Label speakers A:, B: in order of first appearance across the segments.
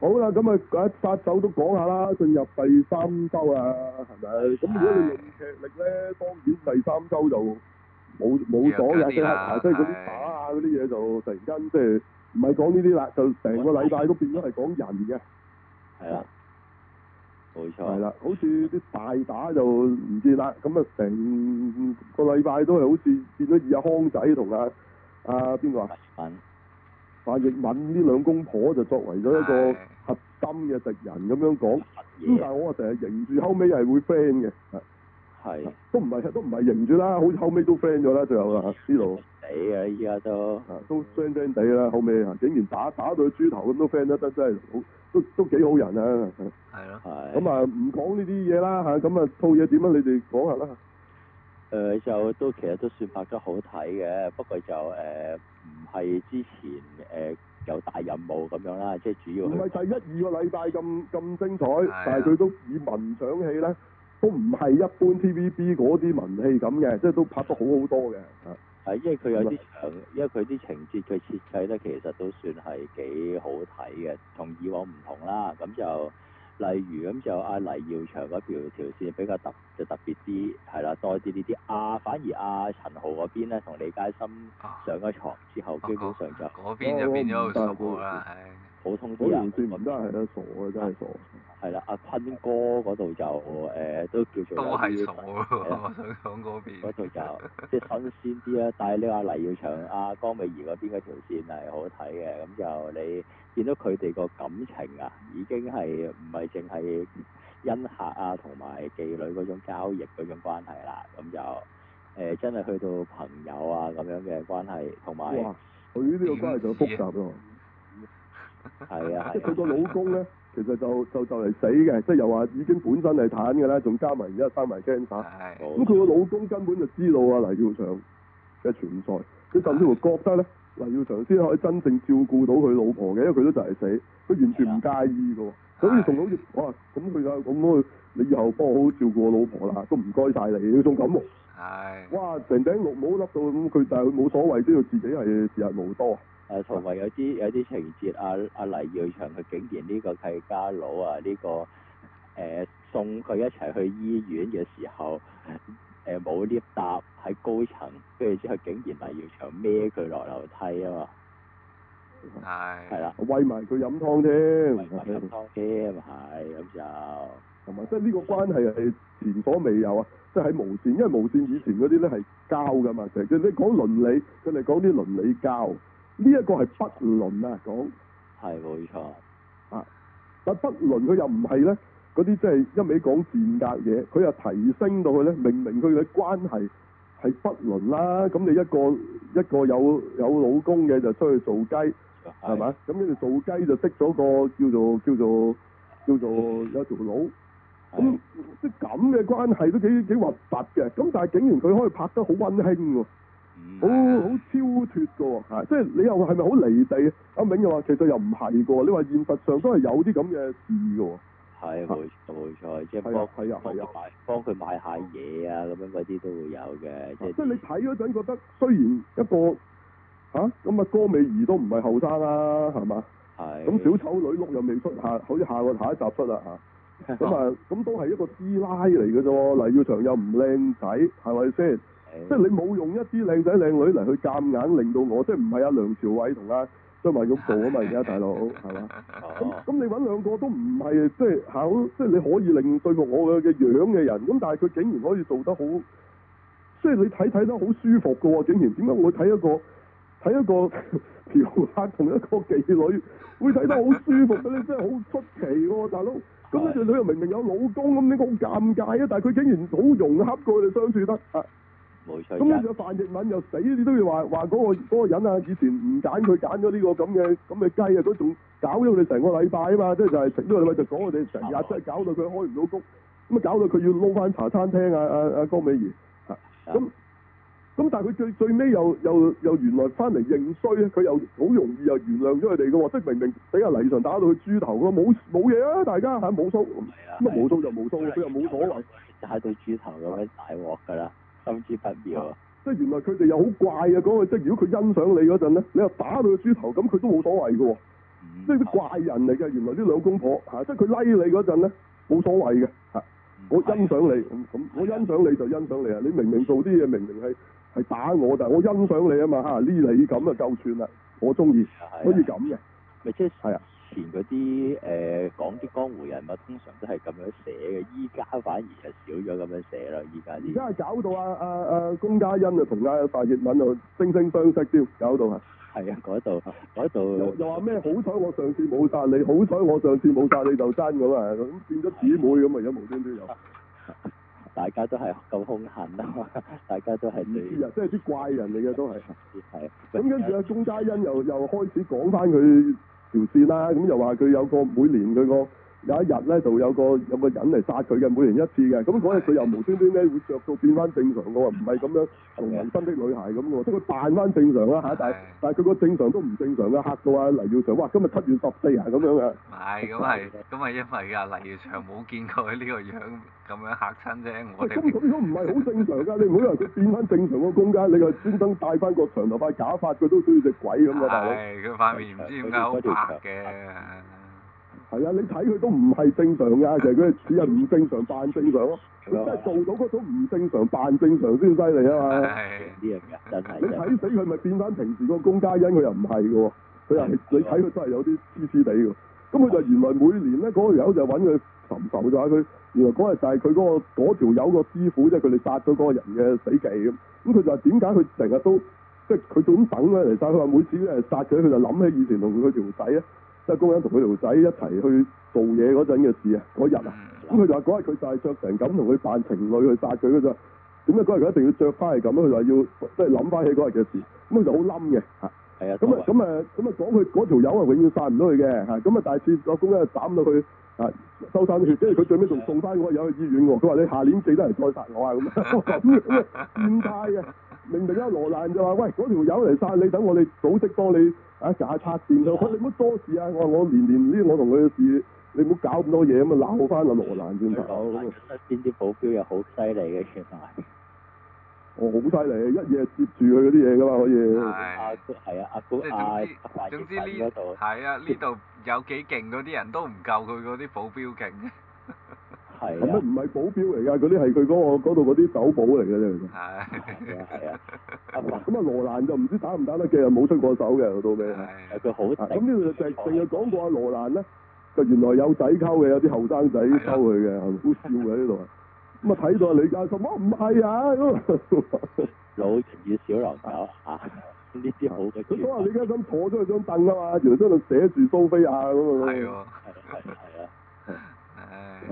A: 好啦，咁啊，啊殺手都講下啦，進入第三周啦，係咪？咁如果你論劇力咧，當然第三周就冇冇咗嘅，即
B: 弱咗啲啦
A: 係即係嗰啲
B: 係
A: 打啊嗰啲嘢就突然間即係唔係講呢啲啦，就成個禮拜都變咗係講人嘅，
C: 係啦，冇
A: 係
C: 錯，
A: 啦，好似啲大打就唔見啦，咁啊成個禮拜都係好似變咗以阿康仔同阿阿邊個啊
C: 文
A: 范奕敏呢兩公婆就作為咗一個核心嘅敵人咁樣講。咁但
C: 乜
A: 係我啊成日迎住，後尾係會 friend 嘅，啊
C: 嘢係
A: 都唔係都唔係迎住啦，好似後尾都 friend 咗啦，最後啦呢度
C: 死啊！依家都
A: 啊都 friend friend 地啦，後尾啊竟然打打到佢豬頭咁都 friend 得得，真係好都都幾好人啊！
B: 係咯，
C: 係
A: 咁啊唔講呢啲嘢啦嚇，咁啊套嘢點啊？你哋講下啦。
C: 誒、就都其實都算拍得好睇嘅，不過就誒唔係之前誒、有大任務咁樣啦，即係主要
A: 唔係
C: 佢
A: 第一二個禮拜咁咁精彩，
B: 啊
A: 但係佢都以文賞戲咧，都唔係一般 TVB 嗰啲文戲咁嘅，即係都拍得好好多嘅。啊
C: 係因為佢有啲
B: 啊
C: 場，因為佢啲情節佢設計得其實都算係幾好睇嘅，同以往唔同啦。咁就例如咁就阿黎耀祥嗰條條線比較特就特別啲，係啦，多啲呢啲啊，反而阿、陳豪嗰邊咧同李佳芯
B: 啊
C: 上咗床之後，基本上就
B: 哦嗰邊就變咗好傻喎啦，係
C: 普通
A: 嗰
C: 啲啊
A: 條。線唔得係啊，傻啊，真係傻。
C: 係啦，阿坤哥嗰度就誒、都叫做
B: 都係
C: 有啲
B: 傻喎，我想
A: 啊
B: 講嗰
C: 嗰 度
B: 邊。
C: 就即係新鮮啲啦。啊但係你話黎耀祥、阿江美儀嗰邊嗰條線係好睇嘅，咁就你見到佢哋個感情啊，已經係唔係淨係恩客啊同埋妓女嗰種交易嗰種關係啦，咁就誒、真係去到朋友啊咁樣嘅關係，同埋
A: 哇！佢呢個關係就複雜咯。
C: 係啊
A: 即係佢
C: 係
A: 個
C: 啊
A: 老公咧，其實就就就嚟死嘅，即係又話已經本身係癱嘅啦，仲加埋而家生埋 cancer。
B: 係
A: 咁
C: 冇
A: 佢個老公根本就知道啊黎耀祥嘅存在，佢甚至乎覺得咧黎耀祥先可以真正照顧到佢老婆嘅，因為佢都就嚟死，佢完全唔介意嘅喎。佢好似仲好似哇咁佢就咁我你以後幫我好好照顧我老婆啦，都唔該晒你，佢仲咁喎。
B: 係
A: 哇！成頂綠帽笠到咁，佢但係佢冇所謂，知道自己係時日無多。
C: 誒同埋有啲有啲情節，阿、阿、黎耀祥佢竟然呢個契家佬啊，呢、個誒、送佢一齊去醫院嘅時候，誒冇 lift 搭喺高層，跟住之後竟然黎耀祥孭佢落樓梯啊嘛，
B: 係
C: 係啦，
A: 喂埋佢飲湯
C: 咪咪
A: 添
C: 啊咁，多添，係咁就
A: 同埋即係呢個關係係前所未有啊！即係喺無線，因為無線以前嗰啲咧係交㗎嘛，成日你講倫理，佢哋講啲倫理交，呢、一個係不倫啊講，
C: 係冇錯，
A: 但不倫佢又唔係咧嗰啲即係一味講賤格嘢，佢又提升到佢咧，明明佢哋關係係不倫啦，咁你一個一個有有老公嘅就出去做雞。係咪？咁你哋做雞就識咗個叫做叫做叫做有條佬，咁
C: 係？
A: 即係咁嘅關係都幾幾核突嘅。咁但係竟然佢可以拍得好温馨喎，
C: 嗯
A: 好好超脱嘅喎，嚇即係你又係咪好離地？阿銘又話其實又唔係嘅喎，你話現實上都係有啲咁嘅事嘅喎。
C: 係冇錯冇錯，即係
A: 啊係
C: 幫
A: 啊係啊
C: 幫
A: 係
C: 佢
A: 啊
C: 買幫佢買下嘢啊，咁樣嗰啲都會有嘅，即係
A: 啊即係你睇嗰陣覺得，雖然一個嚇咁啊，歌美儀都唔係後生啦，係嘛？
C: 係
A: 咁小丑女碌又未出下，好似下個下一集出啦嚇。咁
C: 哦
A: 啊，咁都係一個師奶嚟嘅啫喎，黎耀祥又唔靚仔，係咪先？即係你冇用一啲靚仔靚女嚟去夾硬令到我，即係唔係阿梁朝偉同阿張曼玉做啊 嘛？而家大佬係嘛？咁
C: 哦
A: 咁你揾兩個都唔係即係考，即係你可以令對服我嘅嘅樣嘅人，咁但係佢竟然可以做得好，即係你睇睇得好舒服嘅喎，竟然點解我會睇一個 睇一個 嫖客同一個妓女會睇得好舒服嘅咧？真係好出奇喎，大佬！咁呢條女又明明有老公，咁呢個好尷尬啊！但係佢竟然好融洽過佢哋相處得啊！
C: 冇錯，
A: 咁跟住范奕敏又死，你都要話話嗰個嗰個人啊，以前唔揀佢揀咗呢個咁嘅咁嘅雞啊，佢仲搞咗佢哋成個禮拜啊嘛，即係就係成呢個禮拜就講佢哋成日
C: 啊
A: 真係搞到佢開唔到工，咁啊搞到佢要撈翻茶餐廳啊啊啊江美儀啊，咁咁但係佢最最尾又又又原來翻嚟認衰咧，佢又好容易又原諒咗佢哋嘅喎，即係明明俾阿黎常打到佢豬頭咯，冇冇嘢啊，大家嚇冇數，咁
C: 係啊
A: 啊冇數就冇數，佢又冇所謂。，
C: 揸到豬頭咁樣大鑊㗎啦，心知不妙啊！
A: 即係原來佢哋又好怪啊！講句，即係如果佢欣賞你嗰陣咧，你又打到佢豬頭，咁佢都冇所謂嘅喎。
C: 嗯
A: 即係啲怪人嚟嘅。原來呢兩公婆嚇，即係佢拉你嗰陣咧，冇所謂嘅嚇。
C: 嗯
A: 我欣
C: 啊
A: 賞你，咁咁我欣賞你就欣賞你啊！你明明做啲嘢，明明係係打我，但係我欣賞你啊嘛嚇，呢你咁啊夠串啦，我中意，可以
C: 係啊
A: 咁嘅。
C: 咪即係
A: 係啊
C: 前嗰啲誒講啲江湖人物，通常都係咁樣寫嘅，依家反而係少咗咁樣寫啦。依家
A: 而
C: 啲
A: 家係搞到啊啊啊龔嘉欣啊同阿大熱敏啊惺惺相惜添，搞到啊！
C: 係啊，嗰度嗰
A: 又
C: 度
A: 又話咩？好彩我上次冇殺你，好彩我上次冇殺你就爭咁啊！咁變咗姊妹咁啊！而家無端端又
C: 大家都係夠兇狠啊嘛，大家都係
A: 唔
C: 對
A: 知啊，即係啲怪人嚟嘅 都係。
C: 係
A: 咁跟住啊，鐘嘉欣又又開始講翻佢條線啦。咁又話佢有個每年佢個有一日咧，就有個有個人嚟殺佢嘅，每年一次嘅。咁嗰日佢又無端端咧會着到變翻正常嘅喎，唔係咁樣同紋身的女孩咁嘅喎，即係佢扮翻正常啦嚇。但係
B: 係
A: 但係佢個正常都唔正常嘅，嚇到啊黎耀祥哇！今日七月十四啊咁樣啊。
B: 唔係咁係咁係因為啊黎耀祥冇見過佢呢個樣咁樣嚇親啫，我
A: 喂，
B: 哋
A: 咁咁都唔係好正常㗎，你唔好以為佢變翻正常個公家，你又專登戴翻個長頭髮假髮，佢都中意隻鬼咁嘅大佬。
B: 係佢塊面唔知點解好白嘅，
A: 係啊，你睇佢都唔係正常㗎，其實佢只係唔正常扮正常咯。佢真係做到嗰種唔正常扮正常先犀利啊嘛！
B: 係
C: 呢樣嘢真係
A: 你
C: 真係
A: 睇死佢咪變翻平時個公家欣，佢又唔係嘅喎，佢又係你睇佢真係啊有啲黐黐地嘅。咁佢就原來每年咧嗰條友就揾佢尋仇就話佢原來嗰日就係佢嗰個嗰條友個師傅，即係佢哋殺咗嗰個人嘅死忌咁。咁佢就話點解佢成日都即係佢總等佢嚟殺？佢話每次咧殺佢，佢就諗起以前同佢條仔咧，即係工人同佢條仔一齊去做嘢嗰陣嘅事啊，嗰日啊。
B: 嗯
A: 咁佢就話嗰日佢就係着成咁同佢扮情侶去殺佢嘅啫。點解嗰日佢一定要着翻係咁啊咧？佢就話要即係諗翻起嗰日嘅事，咁佢就好冧嘅嚇。
C: 係啊，
A: 咁啊
C: 咁
A: 咁啊咁啊講佢嗰條友啊永遠殺唔到佢嘅嚇。咁啊但係次個公咧斬到佢啊收曬血，跟住佢最尾仲送翻嗰個友去醫院喎。佢話你下年記得嚟再殺我啊咁啊咁咁啊變態嘅。明明啊羅蘭就話喂嗰條友嚟殺你，等我哋組織幫你啊架拆掂佢。我話你唔好多事啊！我話我年年呢我同佢嘅事。你唔好搞咁多嘢咁啊！鬧翻阿羅蘭轉頭，咁啊
C: 邊啲保鏢又好犀利嘅，原來
A: 我哦好犀利，一夜接住佢嗰啲嘢噶嘛，可以。
C: 阿
B: 嗯係。
C: 姑係啊，阿姑
B: 即係
C: 阿
B: 總之
C: 范
B: 總之
C: 奕
B: 呢
C: 嗰度
B: 係啊，呢 度有幾勁嗰啲人都唔夠佢嗰啲保鏢勁。
A: 咁
C: 係
A: 樣
C: 啊。
A: 唔係保鏢嚟㗎，嗰啲係佢嗰個嗰度嗰啲酒保嚟嘅啫。其實
B: 係。
C: 係啊，阿范
A: 咁啊，羅蘭就唔知打唔打得嘅，又冇出過手嘅到尾。啊
B: 係。
C: 佢好
A: 咁呢度就淨淨係
C: 係
A: 講過阿羅蘭咧，就原來有仔溝嘅，有啲後生仔
B: 啊
A: 溝佢嘅，好笑 嘅呢度。咁啊睇到阿李嘉欣，我唔係啊， 咁
C: 老人與小郎狗啊， 呢啲好嘅
A: 佢講話李
C: 係
A: 嘉欣坐咗佢張凳啊嘛，原來張度寫住蘇菲亞咁啊。
B: 係喎。
C: 係係啊，
A: 係
B: 唉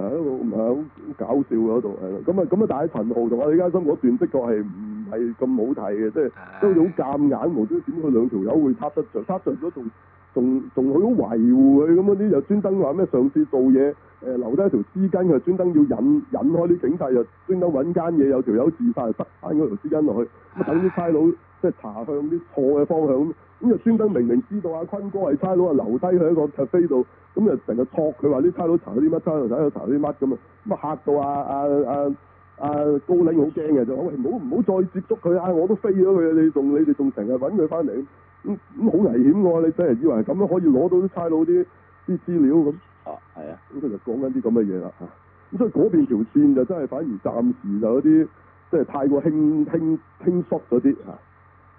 A: 啊，唔係好搞笑嗰度係咯。咁啊咁啊，但係陳豪同阿李嘉欣嗰段的確係唔係咁好睇嘅，即係都好似好夾硬，無端端點佢兩條友會插得着，插着咗仲仲仲好維護佢咁嗰啲，又專登話咩上次做嘢誒、呃留低一條絲巾，佢專登要引引開啲警察，又專登揾間嘢有條友自殺，又塞翻嗰條絲巾落去，咁啊等啲差佬即係查向啲錯嘅方向咁。咁就專登明明知道阿坤哥係差佬啊，留低佢喺個 cafe 度，咁就成日戳佢話啲差佬查咗啲乜，差佬查咗查咗啲乜咁啊，咁啊嚇到啊啊啊啊高領好驚嘅就話喂唔好唔好再接觸佢啊，我都飛咗佢啊，你仲你哋仲成日揾佢翻嚟，咁咁好嗯危險喎！你真係以為咁樣可以攞到啲差佬啲啲資料咁，
C: 哦係啊，
A: 咁佢就講緊啲咁嘅嘢啦嚇。咁所以嗰邊條線就真係反而暫時就有啲即係太過輕輕輕率咗啲嚇。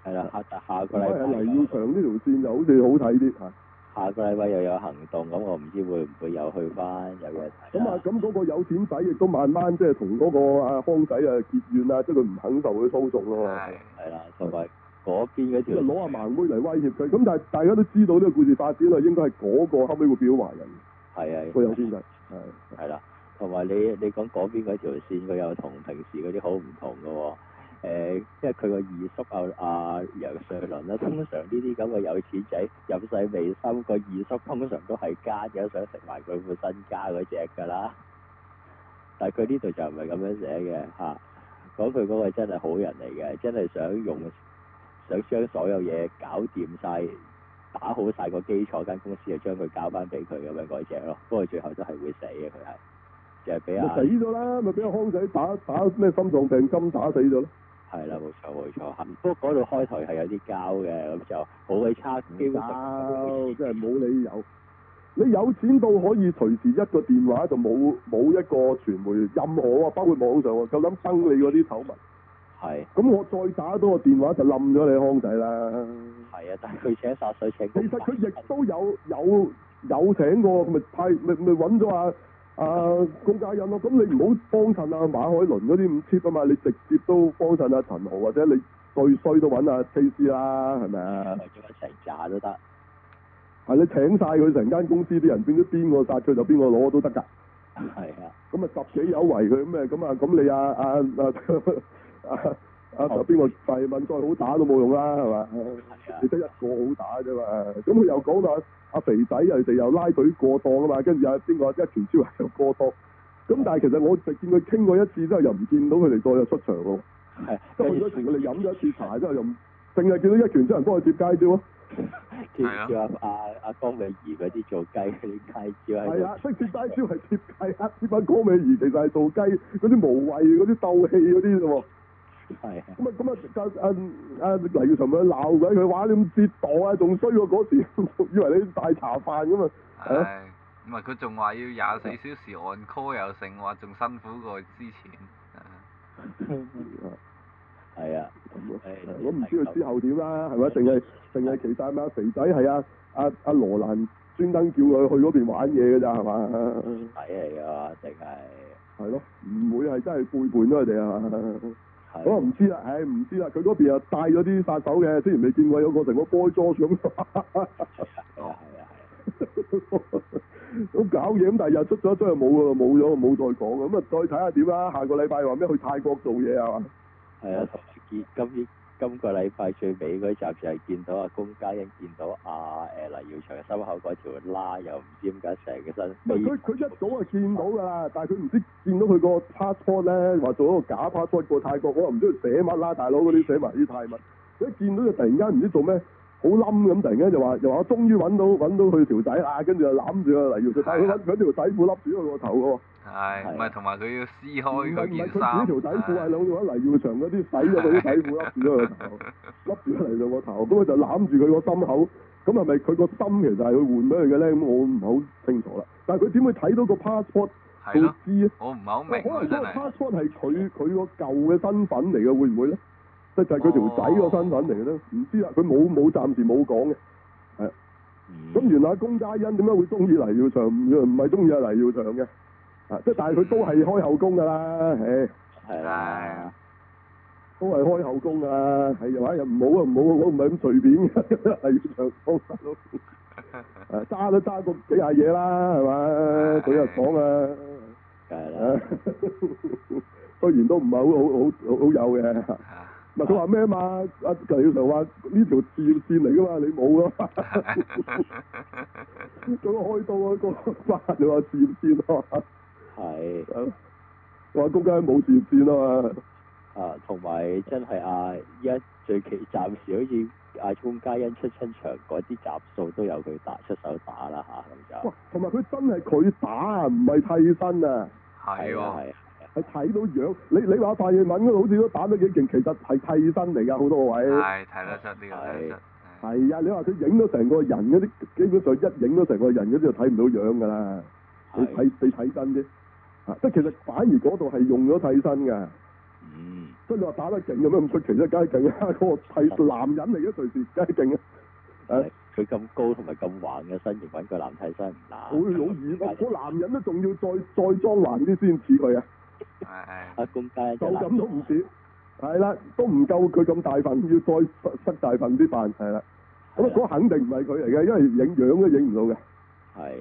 C: 係啦，下下個
A: 反而係黎
C: 禮
A: 耀
C: 拜
A: 祥呢條線就好似好睇啲嚇。
C: 下個禮拜又有行動，咁我唔知會唔會又去翻有嘢睇
A: 咁啊
C: 啦，。
A: 咁嗰個有錢仔亦都慢慢即係同嗰個阿康仔啊結怨啊，即係佢唔肯受佢操縱咯。
B: 係
C: 係啦，同埋嗰邊嗰
A: 即係
C: 條
A: 攞阿盲妹嚟威脅佢，咁但係大家都知道呢個故事發展啊啦，應該係嗰個後尾會變咗華人，
C: 係
A: 個有
C: 啊
A: 錢仔係
C: 係啦，同埋你你講嗰邊嗰條線，佢又同平時嗰啲好唔同嘅喎、誒，因為佢個二叔啊，阿楊瑞麟啦，通常呢啲咁嘅有錢仔入世未深，個二叔通常都係奸嘅，想食埋佢副身家嗰只㗎啦。但係佢呢度就唔係咁樣寫嘅嚇，講佢嗰個真係好人嚟嘅，真係想用想將所有嘢搞掂晒，打好晒個基礎，間公司就將佢交翻俾佢咁樣嗰只咯。不過最後都係會死嘅，佢係就係俾
A: 咪
C: 阿
A: 啊死咗啦，咪俾阿康仔打打咩心臟病針打死咗咯。
C: 係啦，冇錯冇錯嚇。不過嗰度開頭係有啲膠嘅，咁就好鬼差，基本上
A: 搞真係冇理由。你有錢到可以隨時一個電話就冇冇一個傳媒任何啊，包括網上啊，夠膽登你嗰啲醜聞。
C: 係
A: 咁我再打多個電話就冧咗你康仔啦。
C: 係啊，但係佢請殺水請
A: 其
C: 公
A: 實佢亦
C: 關
A: 都有有有請過，咪派咪咪揾咗阿阿高嘉欣咯。咁你唔好幫襯阿馬海倫嗰啲咁 cheap 啊嘛，你直接都幫襯阿陳豪或者你最衰都揾阿 K C 啦，係咪啊？
C: 佢做緊成扎都得，
A: 係你請晒佢成間公司啲人，變咗邊個殺佢就邊個攞都得㗎。
C: 係啊，
A: 咁啊十幾有圍佢咁啊咁啊咁你啊啊啊啊啊就邊個第問再好打都冇用啦，係嘛？
C: 係啊
A: 你，得一個好打啫嘛。咁佢又講到阿阿肥仔人哋又拉佢過檔啊嘛，跟住阿邊個一拳超人又過檔。咁但係其實我就見佢傾過一次之後，又唔見到佢哋再有出場喎。
C: 係
A: 即係去咗同佢哋飲咗一次茶之後，又唔淨係見到一拳超人幫佢接街招啊。
C: 叫叫阿阿阿江美儀嗰啲做雞 嗰啲雞招喺
A: 係
C: 度
A: 啊，即係接街招係接雞啊，接翻江美儀其實係做雞嗰啲無謂嗰啲鬥氣嗰啲啫喎。，
C: 係啊，
A: 咁啊咁啊，就啊啊黎耀祥咪鬧鬼佢話你咁折墮啊，仲衰過嗰時，以為你大茶飯咁啊！
B: 唉，唔係佢仲話要廿四小時 on call 又剩，話仲辛苦過之前。啊
C: 係啊，
A: 咁咯
C: 唉
A: 我唔知佢之後點啦，係咪？定係定係其實阿肥仔係啊阿阿羅蘭專登叫佢去嗰邊玩嘢嘅咋係嘛？
C: 睇嚟㗎嘛，啊定係
A: 係咯，唔會係真係背叛咗佢哋係嘛？我
C: 係啊
A: 唔知啦，唉唔知啦，佢嗰邊又帶咗啲殺手嘅，之前未見過有個成個 boy George 咁，
C: 係啊係啊
A: 咁搞嘢咁，但係又出咗真係冇㗎啦，冇咗冇再講咁啊，再睇下點啦。下個禮拜話咩去泰國做嘢係嘛？
C: 係啊，同埋見今今個禮拜最尾嗰集就係見到阿龔嘉欣見到阿誒黎耀祥心口嗰條拉，又唔知點解成身
A: 唔
B: 嗯
A: 係佢佢一早就見到㗎啦，但係佢唔知見到佢個 passport 咧，話做一個假 passport 過泰國，我又唔知佢寫乜啦，大佬嗰啲寫埋啲泰文，佢一見到就突然間唔知做咩，好冧咁，突然間就話又話我終於揾到揾到佢條仔啦，跟住就攬住佢嚟，但係
B: 啊
A: 佢揾佢條底褲笠住佢個頭㗎喎。
B: 係，唔係同埋佢要撕開
A: 啊唔係
B: 佢
A: 唔係
B: 件
A: 佢
B: 衫。
A: 自己條底褲係
B: 唉
A: 兩條喺黎耀祥嗰啲洗 咗佢啲底褲笠住咗佢個頭，笠住咗黎耀個頭，咁佢就攬住佢個心口，咁係咪佢個心其實係佢換俾佢嘅咧？咁我唔係好清楚啦。但係佢點會睇到個 passport
B: 係
A: 會
B: 咯，
A: 知咧？
B: 我唔係好明啊
A: 可
B: 喎，
A: 能
B: 真
A: 嗰個
B: 係。
A: passport 係佢佢個舊嘅身份嚟嘅，會唔會咧？即係就係佢條仔個身份嚟嘅咧？唔知啊，佢冇冇暫時冇講嘅。
C: 嗯
B: 嗯
A: 咁原來龔嘉欣點解會中意黎耀祥？唔唔係中意阿黎耀祥嘅，啊，即係但係佢都係開後宮㗎啦，唉。
C: 係啊啦，
A: 都係開後宮啊，係又話又唔好啊，唔好啊，我唔係咁隨便嘅， 係要長方大佬。誒揸都揸過幾下嘢啦，係嘛？佢又講啊，
C: 梗係啦，
A: 誒 雖然都唔係好好好好有嘅，
B: 啊
A: 唔係佢話咩嘛？阿陳耀祥話呢條事業線嚟㗎嘛，你冇啊嘛， 啊佢個開刀啊嗰個花，你話事業線啊嘛，
C: 係。
A: 佢話公家冇事業線啊嘛。
C: 啊，同埋真係啊，依家最期暫時好似阿龔嘉欣出親場嗰啲集數都有佢打出手打啦嚇，咁、
A: 哇，同埋佢真係佢打啊，唔係替身啊。
B: 係
C: 就
B: 喎，
C: 係啊係啊
A: 係睇到樣，你你話范奕敏嗰度好似都打得幾勁，其實係替身嚟㗎，好多個位。
B: 係睇得出呢個睇得出。唉
A: 係啊，你話佢影咗成個人嗰啲，基本上一影咗成個人嗰啲就睇唔到樣㗎啦。你
C: 係，
A: 睇你睇真啫，啊，即係其實反而嗰度係用咗替身㗎。
C: 嗯，
A: 所以你話打得勁有咩咁出奇啫？梗係勁啦， 嗰個替男人嚟嘅隨時梗係勁啊！誒
C: 佢咁高同埋咁橫嘅身形揾個男替身唔難，
A: 好老二，嗰男人都仲要再再裝橫啲先似佢啊，
B: 唉
C: 阿龔嘉欣
A: 就
C: 就難
A: 咁都唔似。係啦，都唔夠佢咁大份，要再塞塞大份啲飯，係啦。咁啊，嗰肯定唔係佢嚟嘅，因為影樣都影唔到嘅。
C: 係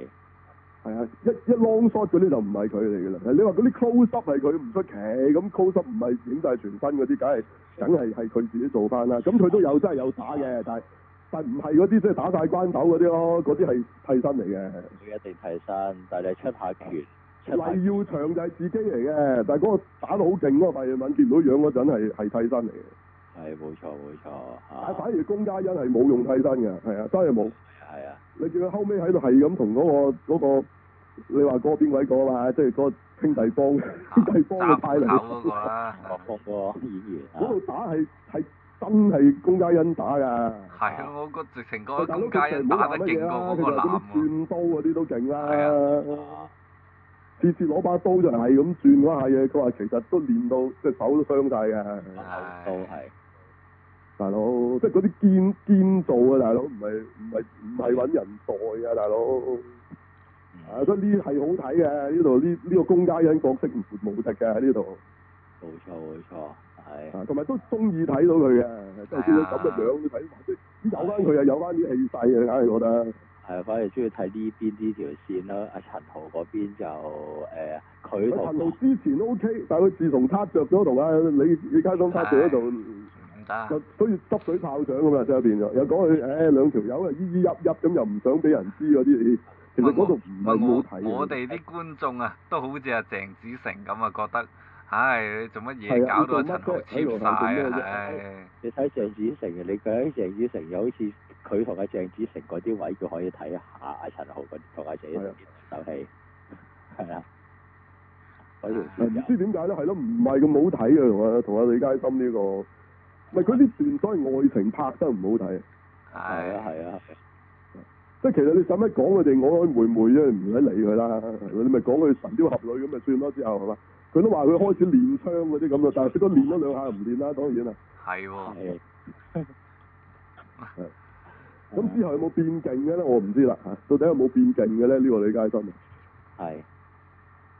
A: 係啊，一一 long shot 嗰啲就唔係佢嚟嘅啦。你話嗰啲 close up 係佢唔出奇，咁 close up 唔係影晒全身嗰啲，梗係梗係係佢自己做翻啦。咁佢都有真係有打嘅，但係但唔係嗰啲即係打晒關斗嗰啲咯，嗰啲係替身嚟嘅。
C: 佢一定替身，但係你出下拳
A: 啊
C: 出下
A: 黎耀祥就係自己嚟嘅，但係嗰個打得好勁嗰個費敏見唔到樣嗰陣係係替身嚟嘅，
C: 係冇錯冇錯
A: 但係
C: 嚇，
A: 反而龔嘉欣係冇用替身嘅，係啊，真係冇。
C: 係啊
A: 你見佢後尾喺度係咁同嗰個嗰、個你話嗰個邊位講啊嘛，即係嗰個兄弟幫兄弟幫嘅派
B: 啊揸
A: 嚟，
B: 斧頭嗰個啊啦，
C: 莫風啊嗰個演員
A: 嗰
C: 啊，
A: 度打係係真係公家欣打㗎。
B: 係啊，我個直情嗰個
A: 大佬
B: 龔嘉
A: 佢
B: 欣
A: 唔好
B: 打
A: 話乜
B: 得勁
A: 嘢啊啦，
B: 過嗰
A: 佢
B: 個男
A: 話
B: 喎，
A: 轉刀嗰啲都勁
B: 係
A: 啦。
C: 啊
A: 次次攞把刀就係咁轉嗰下嘢，佢話其實都練到隻手都傷晒㗎，
B: 唉
C: 啊都係
A: 大佬，即係嗰啲堅堅做啊，大佬，唔係唔係唔係揾人代㗎，大佬。
C: 嗯
A: 啊，所以呢係好睇嘅，呢度呢呢個公家欣角色唔冇敵嘅喺呢度，
C: 冇錯冇錯，係
A: 啊同埋都中意睇到佢嘅，就算佢咁嘅樣都睇，或者有翻佢啊，有翻啲氣勢嘅，硬係覺得。
C: 係，啊反而中意睇呢邊呢條線啦。阿陳豪嗰邊就誒，佢
A: 佢陳
C: 同
A: 豪之前 O K，但係佢自從撻着咗同阿李李嘉欣撻着咗度，
B: 唔得
A: 就，所以執水炮仗咁啊啦，即係變咗。又講佢誒兩條友啊，依依泣泣咁，又唔想俾人知嗰啲。其實嗰度唔
B: 喂
A: 係
B: 我
A: 好睇啊嘅
B: 我哋啲觀眾啊，都好似阿鄭子誠咁啊，覺得唉你做乜嘢
A: 係啊
B: 搞到阿
A: 你做
B: 陳
A: 乜啫
B: 豪
A: 喺度係做咩
B: 黐晒啊
A: 啫？
B: 唉，
C: 你睇鄭子誠，你睇鄭子誠又好似佢同阿鄭子誠嗰啲位，佢可以睇下阿陳豪嗰啲同阿鄭子誠手戲，係啊，嗰條
A: 唔
C: 線就
A: 知點解咧，係咯，唔係咁好睇嘅同阿同阿李嘉欣呢個，唔係佢呢段所謂愛情拍得唔好睇，
C: 係啊
B: 唉，
C: 係啊，
A: 即係其實你使乜講佢哋曖曖昧昧啫，唔使理佢啦，你咪講佢神雕俠侶咁咪算咯，之後係嘛？佢都話佢開始練槍嗰啲咁啊啦，但係佢都練咗兩下又唔練啦，當然啦。
B: 係喎，
A: 啊
C: 係
A: 咁之後有冇變勁嘅咧？我唔知啦嚇，到底有冇變勁嘅咧？呢、個李嘉欣，
C: 係啊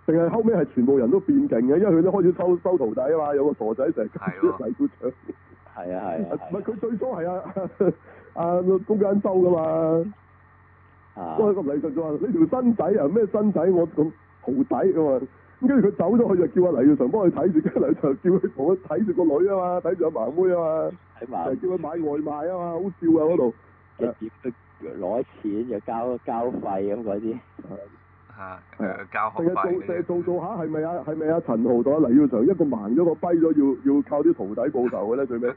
A: 定係後尾係全部人都變勁嘅，因為佢都開始收收徒弟啊嘛，有個傻仔成日
B: 係
A: 咁
B: 喎
A: 嚟鼓掌。
C: 係啊係啊
A: 唔係佢最初係啊 啊公間收噶嘛，
C: 係啊
A: 我，係咁黎瑞就話你條新仔啊咩新仔我咁豪仔噶嘛，咁跟住佢走咗去就叫阿黎耀祥幫佢睇住，跟住黎耀祥叫佢同佢睇住個女啊嘛，睇住阿盲妹啊
C: 喺
A: 嘛，
C: 埋
A: 就叫佢買外賣啊嘛，好笑啊嗰度，
C: 一碟攞錢就交交費咁嗰啲，
B: 嚇
A: 係啊
B: 誒交學
A: 成日做
B: 費
A: 成日
B: 嘅
A: 做
B: 啫，
A: 做下係咪啊係咪啊陳豪同阿黎耀祥一個盲咗個跛咗要要靠啲徒弟報仇嘅咧 最尾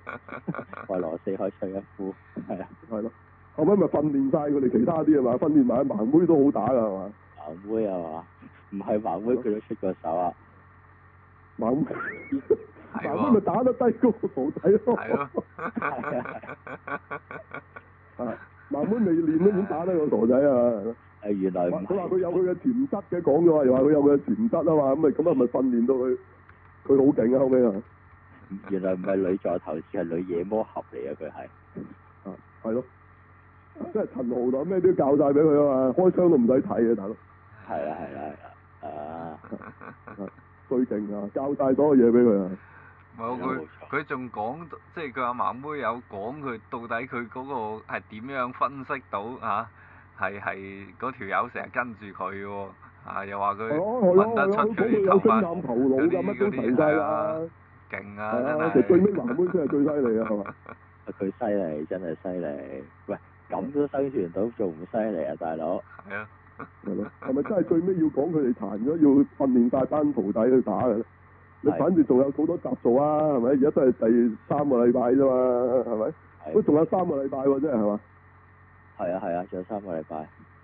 C: 外羅四海吹一呼，係啊，
A: 係咯，後尾咪訓練晒佢哋其他啲啊嘛，訓練埋阿盲妹都好打噶係嘛，
C: 盲妹啊嘛， 唔係盲妹佢都出過手啊，
A: 盲妹。
B: 係
A: 嗱，咁咪
B: 喎，
A: 打得低嗰個徒弟咯。
B: 係 咯，
A: 啊。盲妹未練都已經打低個傻仔啊！
C: 誒原來唔
A: 佢話
C: 係
A: 佢有佢嘅潛質嘅，講咗話又話佢有佢嘅潛質啊嘛，咁咪咁啊咪訓練到佢佢好勁啊後尾啊，
C: 原來唔係女座頭，係女夜魔俠嚟啊！佢
A: 啊
C: 係
A: 係咯，啊即係陳豪就咩都教晒俾佢啊嘛，開槍都唔使睇嘅大佬，
C: 係啦係啦係啦，啊
A: 最勁啊，教晒所有嘢俾佢啊，
B: 唔係佢
C: 冇錯
B: 佢仲講，即係佢阿嫲妹有講佢到底佢嗰個係點樣分析到嚇，係係嗰條友成日跟住佢喎，啊又話
A: 係
B: 佢
A: 咯係咯
B: 聞
A: 係
B: 得
A: 咯，
B: 出
A: 佢
B: 佢啲
A: 有
B: 頭
A: 精
B: 髮
A: 湛頭腦㗎，乜都齊晒啦，
B: 勁啊
A: 係
B: 真
A: 啊，
B: 係，
A: 其實最尾盲妹先係最犀利啊，係嘛？
C: 佢犀利真係犀利，喂咁都生存到仲唔犀利啊大佬？
B: 係 啊，
A: 係咯，係咪真係最尾要講佢哋彈咗，要訓練大班徒弟去打嘅咧？你
C: 係
A: 反正仲有好多集做啊，係咪？而家都係第三個禮拜啫嘛，係咪？都
C: 係
A: 仲有三個禮拜喎，真係係嘛？
C: 係啊係啊，仲有三個禮拜，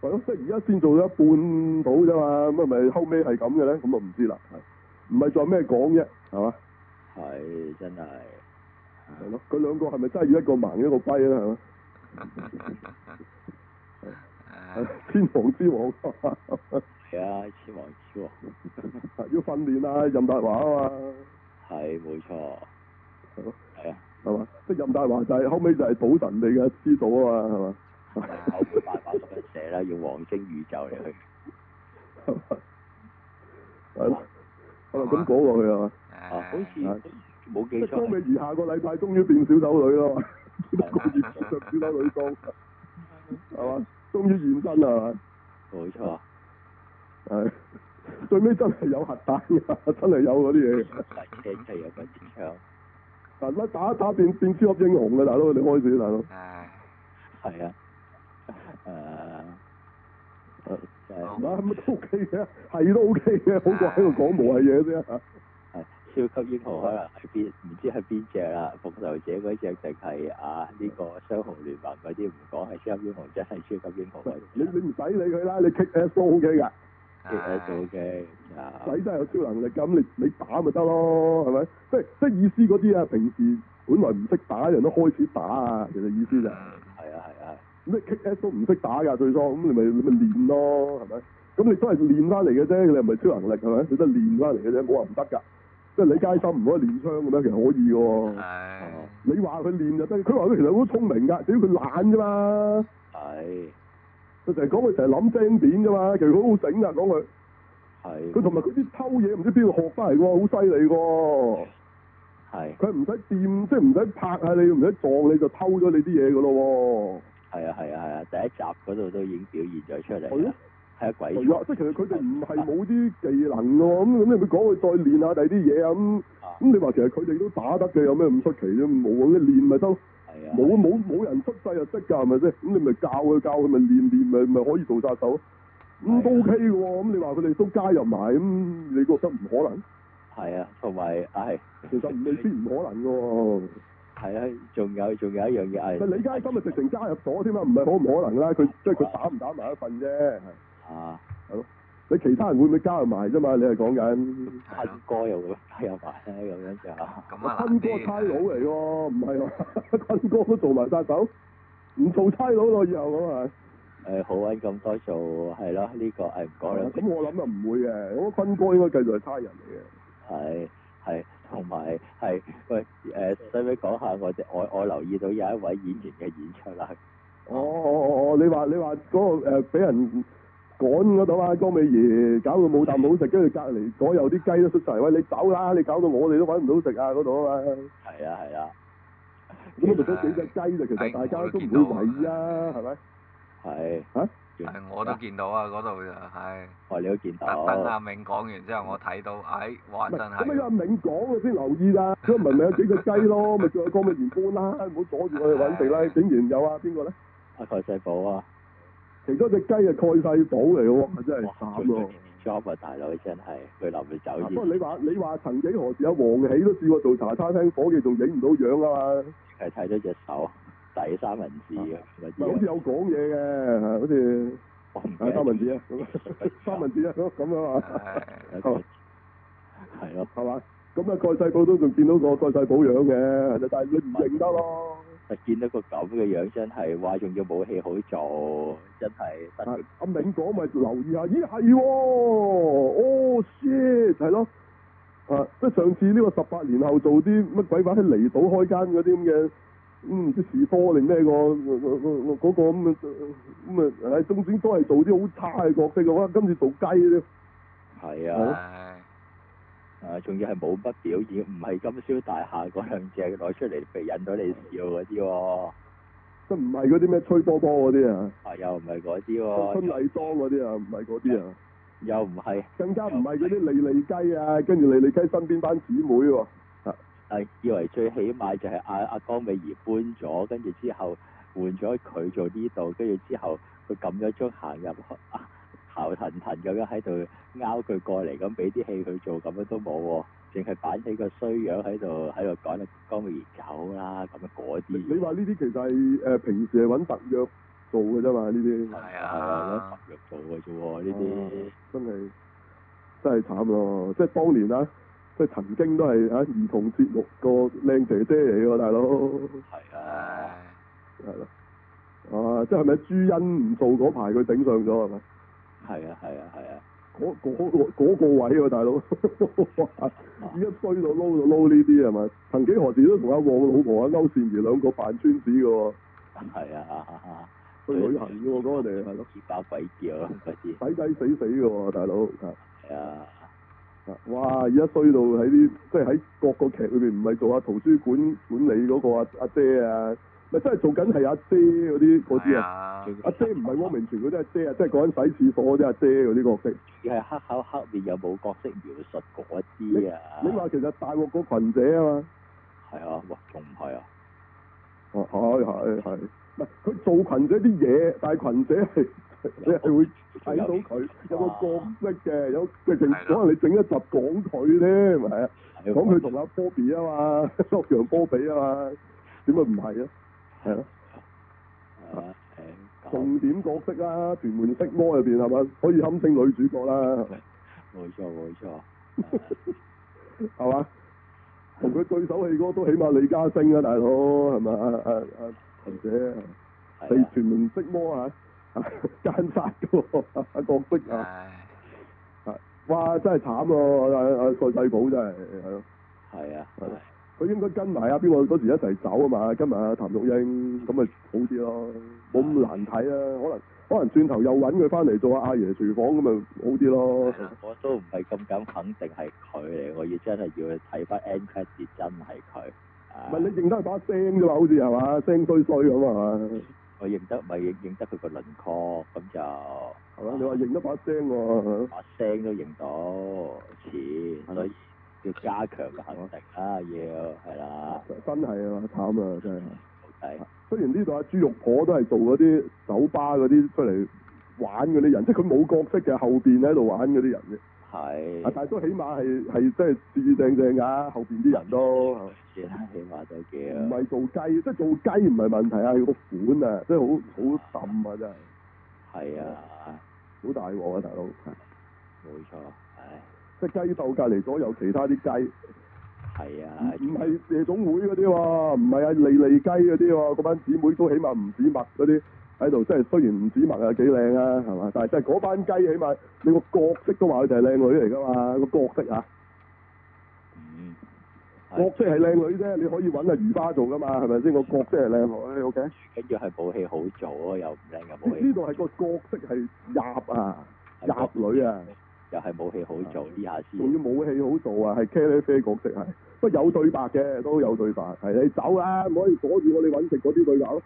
A: 係咯，即係而家先做咗一半到啫嘛，咁係咪後尾係咁嘅咧？咁啊唔知啦，係唔係仲有咩講啫？係嘛？
C: 係真係
A: 係咯，佢兩個係咪真係要一個盲一個跛咧？係嘛？
B: 誒
A: 天王之王
C: 係啊，千王之王，
A: 要訓練啊，任達華啊嘛，
C: 係冇錯，
A: 係咯，
C: 係啊，
A: 係嘛？即係任達華就係、後尾就係賭神嚟嘅師祖啊嘛，係嘛？
C: 啊我冇辦法咁樣寫啦，用黃精宇宙嚟去，
A: 係咯，係咪咁講落去啊嘛？
C: 啊好
B: 誒
C: 似冇記
A: 即係江美
C: 錯，
A: 儀下個禮拜終於變小丑女啦 嘛，個熱着小丑女裝，係嘛？終於現身啦，係嘛
C: 冇錯，
A: 係最尾真係有核彈㗎， 真係有嗰啲嘢㗎。
C: 真係有個支槍，
A: 嗱，乜打一打變變超級英雄嘅大佬，你開始大佬，
B: 唉
C: 係啊，誒，真係
B: 好。
A: 嗱乜都 OK 嘅，係都 OK 嘅，好過喺度講無謂嘢啫。
C: 係超級英雄可能係邊唔知係邊只啦，復仇者嗰只定係啊呢、個雙雄聯盟嗰啲唔講係超級英雄，真係超級英雄嗰
A: 你
C: 啲。
A: 你唔使理佢啦，你 kick ass 都 OK 㗎。
B: 誒
C: ，S O K 啊，
A: 仔真係有超能力㗎咁，你你打咪得咯，係咪？即係即係意思嗰啲啊，平時本來唔識打嘅人都開始打啊，其實意思就係
B: 嗯
C: 係啊係啊，
A: 咩 kick ass 都唔識打㗎最初，咁你咪你咪練咯，係咪？咁你都係練翻嚟嘅啫，你又唔係超能力係咪？你都係練翻嚟嘅啫，冇話唔得㗎。即係李佳芯唔可以練槍嘅咩？其實可以嘅
B: 嗯
A: 喎。
B: 係
A: 你話佢練就得，佢話佢其實好聰明㗎，只要佢懶啫嘛。
C: 係
A: 佢成日講佢成日諗精點啫嘛，其實佢好醒㗎，講佢。
C: 係
A: 佢同埋佢啲偷嘢唔知邊度學翻嚟喎，好犀利喎！
C: 係
A: 佢唔使掂，即係唔使拍啊下你，唔使撞你就偷咗你啲嘢噶咯
C: 係啊係啊係啊，第一集嗰度都已經表現咗出
A: 係
C: 嚟
A: 咯
C: 啦，係啊鬼
A: 喎。係
C: 畜
A: 啊，即係其實佢哋唔係冇啲技能喎，咁咁你咪講佢再練下第二啲嘢啊咁。
C: 啊，
A: 咁你話其實佢哋都打得嘅，有咩咁出奇啫？冇咁你練咪得，
C: 係啊，
A: 冇冇冇人出世就識㗎，係咪先？咁你咪教佢教佢咪練練咪咪可以做殺手，咁都
C: 係啊
A: OK 嘅喎。咁你話佢哋都加入埋，咁你覺得唔可 能？
C: 係啊，同埋係
A: 其實未必唔可能嘅喎。
C: 係啊，仲有仲有一樣嘢哎
A: 李
C: 係
A: 佳芯咪直情加入咗添嘛，啊唔係可唔可能啦？佢即係佢打唔打埋一份啫。
C: 啊，
A: 你其他人會唔會加入埋啫嘛？你係講緊
B: 係咯，
C: 坤哥又會加入埋咧，咁樣就係
B: 咁啊
A: 坤
B: 難
A: 哥
B: 啲
A: 差佬嚟喎，唔係嘛？坤哥都做埋殺手，唔做差佬咯，以後咁啊。
C: 誒好揾咁多做係咯，呢個哎誒唔講啦。
A: 咁我諗就唔會嘅，我覺得坤哥應該繼續係差人嚟
C: 係係，同埋係喂誒，使唔使講下我哋我我留意到有一位演員嘅演出啦？
A: 嘅。哦哦哦，你話你話嗰個誒俾人趕嗰度啊，江美儀搞到冇啖好食，跟住隔離左右啲雞都出晒，喂你走啦！你搞到我哋都揾唔到食啊嗰度啊嘛。
C: 係啦係啦，
A: 咁啊，咪咗幾隻雞就其實大家都唔會為啊，係咪？
C: 係
A: 啊
B: 係我都見到啊，嗰度就係
C: 我你都見
A: 哦
B: 特
C: 到，
B: 登阿明講完之後，我睇到，哎，哇，
A: 唔係
B: 真係
A: 咁啊你阿明講我先留意啦，咁咪咪有幾隻雞 咯，咪叫阿江美賢搬啦，唔好阻住我哋揾地 啦。竟然有啊，邊個咧？
C: 阿蓋世寶啊，
A: 其中一隻雞係蓋世寶嚟喎，真係慘喎！
C: job 啊大佬真係，佢臨佢走
A: 啊不
C: 之前
A: 過你話你話曾幾何時阿黃喜都試過做茶餐廳伙計，仲影唔到樣啊嘛，
C: 係睇到隻手抵三文治咁嗰
A: 咪好似
C: 啲啊，
A: 有講嘢嘅，係好似
C: 我唔
A: 啊
C: 記得
A: 三文治啊， 咁三文治啊咁啊嘛，
B: 係
C: 咗係咯，
A: 係嘛？咁啊蓋世寶都仲見到個蓋世寶樣嘅，但係你唔認得咯。
C: 就見到個咁嘅樣真係，哇！仲要冇戲好做，真係得
A: 啊阿明講咪留意下，咦係喎，哦 shit 係咯，啊即係上次呢個十八年後做啲乜鬼話喺離島開間嗰啲咁嘅，嗯唔知士科定咩個嗰嗰個咁嘅咁啊，唉總之都係做啲好差嘅角色嘅話，今次做雞啫，
C: 係啊。
B: 係
C: 啊，仲要係冇乜表演，唔係金宵大廈嗰兩隻攞出嚟被引到你笑嗰啲喎，
A: 即係唔係嗰啲咩吹波波嗰啲啊，
C: 啊又唔哦係嗰啲
A: 春
C: 喎，
A: 麗裝嗰啲啊，唔係嗰啲啊，
C: 又唔係
A: 更加唔係嗰啲利利雞啊，跟住利利雞身邊班姊妹喎、
C: 啊，以為最起碼就係阿阿江美儀搬咗，跟住之後換咗佢做呢度，跟住之後佢撳咗鐘行入去啊，姣騰騰咁樣喺度拗佢過嚟，咁俾啲戲佢做，咁樣都冇喎，淨係擺起個衰樣喺度喺度講啦，江美儀走啦，咁樣嗰
A: 你
C: 啲
A: 你
C: 嘢。
A: 話呢啲其實係誒、呃平時係揾特約做嘅啫嘛，呢啲啊
B: 係
C: 係啊
B: 啊，，
C: 十肉做嘅啫喎，呢啲。
A: 真係真係慘咯！即係當年啊，即係曾經都係啊兒童節目個靚姐姐嚟喎，大佬係
C: 係
B: 係
C: 啊，
A: 咯。啊！即係咪朱茵唔做嗰排佢頂上咗係咪？
C: 係啊，係啊，係啊，
A: 嗰嗰個嗰個位喎，大 佬，哇而家衰到撈到撈呢啲係咪？曾幾何時都同阿旺老婆啊歐倩兒兩個扮村子嘅喎，
C: 係啊啊，啊啊
A: 去旅行嘅喎，嗰個哋係咯，
C: 熱爆鬼叫啊嗰啲，
A: 抵抵死死嘅喎，大佬啊！
C: 係啊，
A: 哇！而家衰到喺啲，即係喺各個劇裏邊，唔係做下圖書館管理嗰個阿阿姐啊，咪真係做緊係阿姐嗰啲嗰啲
B: 係
A: 啊！
B: 啊，
A: 阿姐唔係汪明荃嗰啲阿姐啊，即係講緊洗廁所嗰啲阿姐嗰啲角色。
C: 要係黑口黑面又冇角色描述嗰啲啊，
A: 你話其實大鑊個群姐啊嘛，
C: 係啊，哇，仲唔係啊？
A: 哦係係係，唔係佢做群姐啲嘢，但係群姐係你係會睇到佢有個角色嘅，有直情可能你整一集講佢咧，咪係啊？
C: 係啊
A: 講佢同阿波比啊嘛， 洛陽波比啊嘛，點解唔係啊？係咯。
C: 係啊誒
A: 重點角色啦，《屯門色魔》入邊係咪可以堪稱女主角啦？
C: 冇錯冇錯，
A: 係嘛？同佢對手戲嗰個都起碼李嘉升啊，大佬係咪啊啊啊陳姐，
C: 係
A: 你
C: 啊
A: 屯門色魔啊，啊奸殺嗰個角色啊，
B: 唉，
A: 哇真係慘喎！啊啊蔡世寶真係係咯，
C: 係啊，
A: 係佢應該跟埋啊邊個嗰時一齊走啊嘛，跟埋啊譚玉英咁咪好啲咯，冇咁難睇啊，可能可能轉頭又揾佢翻嚟做阿爺廚房咁咪好啲咯。
C: 係啊我都唔係咁敢肯定係佢嚟，我要真係要睇翻 end credit 真係佢。啊
A: 唔係你認得佢把聲啫嘛，好似係嘛，聲衰衰咁啊嘛，
C: 我認得咪認認得佢個輪廓，咁就
A: 係嘛？你話認得把聲喎，
C: 把聲都認到似，所以要加強個肯定啦，要係啦，
A: 真係啊，慘啊，真係。
C: 好睇
A: 雖然呢度阿豬肉婆都係做嗰啲酒吧嗰啲出嚟玩嗰啲人，即係佢冇角色嘅，後邊喺度玩嗰啲人啫。啊，
C: 係
A: 但係都起碼係係真係正正正㗎，後邊啲人都係嘛
C: 算啦，起碼都
A: 唔
C: 叫
A: 係做雞，即係做雞唔係問題啊，係個款啊，即係好好抌啊，真係
C: 係啊，
A: 好大鑊啊，大佬！
C: 冇錯，唉，
A: 即係雞竇隔離咗有其他啲雞。
C: 係
A: 唔
C: 啊，
A: 唔係夜總會嗰啲喎，唔係啊利利雞嗰啲喎，嗰班姊妹都起碼唔止墨嗰啲喺度，即係雖然唔止墨啊幾靚啊，係嘛？但係即係嗰班雞起碼你個角色都話佢哋係靚女嚟㗎嘛，個角色啊，
C: 嗯，
A: 角色係靚女啫，你可以揾阿如花做㗎嘛，係咪先？個角色係靚女，OK？
C: 跟住係武器好做啊，又唔靚又武
A: 呢
C: 器，
A: 度係個角色係鴨啊，
C: 係
A: 鴨女啊，
C: 又係武器好做呢下
A: 仲
C: 先，
A: 要武器好做啊，係茄喱啡角色係，不過有對白嘅，都有對白，係你走啦，唔可以阻住我哋揾食嗰啲對白咯。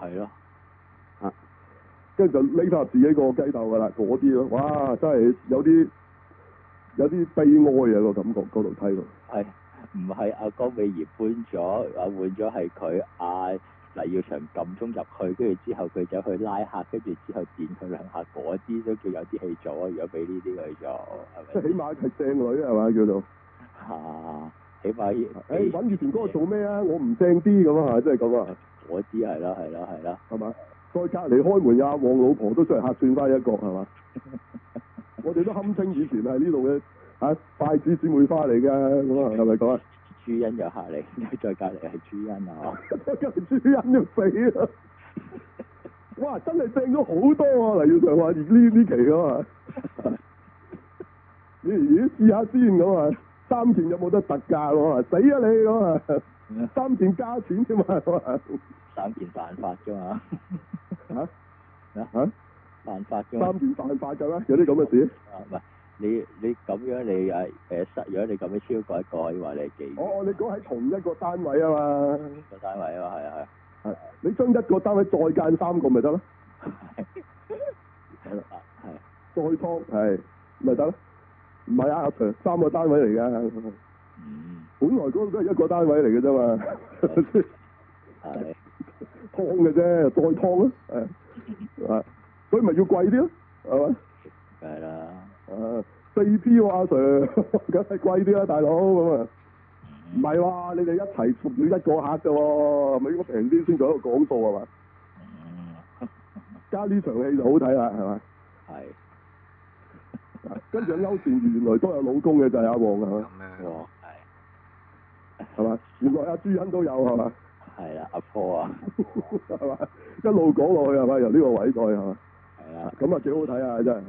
C: 係咯，
A: 跟住就匿翻入自己個雞竇㗎啦，嗰啲咯，哇！真係有啲有啲悲哀啊個感覺，嗰度睇到。
C: 係唔係阿江美儀搬咗啊換咗係佢阿黎耀祥撳鐘入去，跟住之後佢走去拉客，跟住之後點佢兩下嗰啲都叫有啲戲做啊！如果俾呢啲佢做，
A: 即
C: 係
A: 係起
C: 咪？
A: 碼係正女係嘛叫做，
C: 啊，起碼
A: 誒揾住前嗰個做咩啊？我唔正啲咁啊，即係咁啊，
C: 嗰啲係啦，係啦，係啦，
A: 係嘛？再隔離開門呀，旺老婆都出嚟客串翻一個係嘛？我哋都堪稱以前係呢度嘅啊筷子姊妹花嚟嘅，咁啊係咪講啊？
C: 朱茵有客 嚟，再隔離係朱茵啊，
A: 跟住朱茵就死啦！ 哇！真係正咗好多喎、黎耀祥話呢呢期啊 嘛，咦咦試下先咁啊！三件有冇得特價我啊？死啊你咁啊！三件加錢啫嘛，咁啊
C: 三件犯法㗎 嘛，
A: 嚇嚇
C: 犯法㗎嘛。
A: 三件犯法嘅咩？有啲咁嘅事？
C: 啊，唔係你你咁樣你誒誒失，如果你咁樣超改改話你係幾
A: 哦，你講喺同一個單位啊嘛，
C: 個單位啊？係啊
A: 係你將一個單位再間三個咪得咯，
C: 係啊，係
A: 再劏係咪得咯？唔係啊，阿 Sir，三個單位嚟㗎。
C: 嗯
A: 本來嗰度都係一個單位嚟嘅啫嘛，
C: 係
A: 劏嘅啫，再劏咯，誒啊，所以咪要貴啲咯，係嘛？
C: 梗係啦，
A: 啊，四 P 喎阿 Sir，梗 係貴啲啦，大佬咁啊，唔係話你哋一齊服咗一個客啫喎，咪應該平啲先做一個講數係嘛？
C: 嗯
A: 加呢場戲就好睇啦，係嘛？
C: 係
A: 啊跟住歐善如原來都有老公嘅就係、阿旺係啊嘛？
B: 咁樣
C: 喎係
A: 係嘛？原來阿朱茵都有係嘛？
C: 係啦，阿婆啊
A: 係嘛？一路講落去係嘛？由呢個位再係嘛？
C: 係啦，
A: 咁啊幾好睇啊！真係，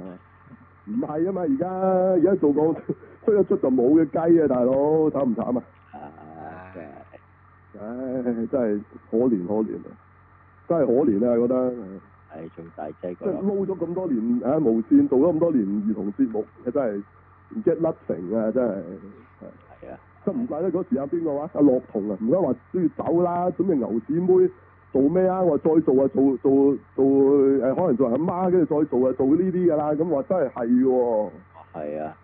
A: 唔係啊嘛？而家而家做個 推咗出就冇嘅雞啊，大佬慘唔慘啊？
C: 啊即係
A: 唉，真係可憐可憐啊！真係可憐啊，覺得
C: 係啊仲大劑
A: 即係
C: 過
A: 撈咗咁多年啊無線，做咗咁多年兒童節目，真係唔 get nothing 啊！真係，
C: 係啊，
A: 真唔怪得嗰時阿邊個話阿樂童啊，唔該話都要走啦，準備牛姊妹做咩啊？我話再做啊，做做做誒、可能做阿媽，跟住再做啊，做呢啲㗎啦。咁話真係係喎。
C: 係啊，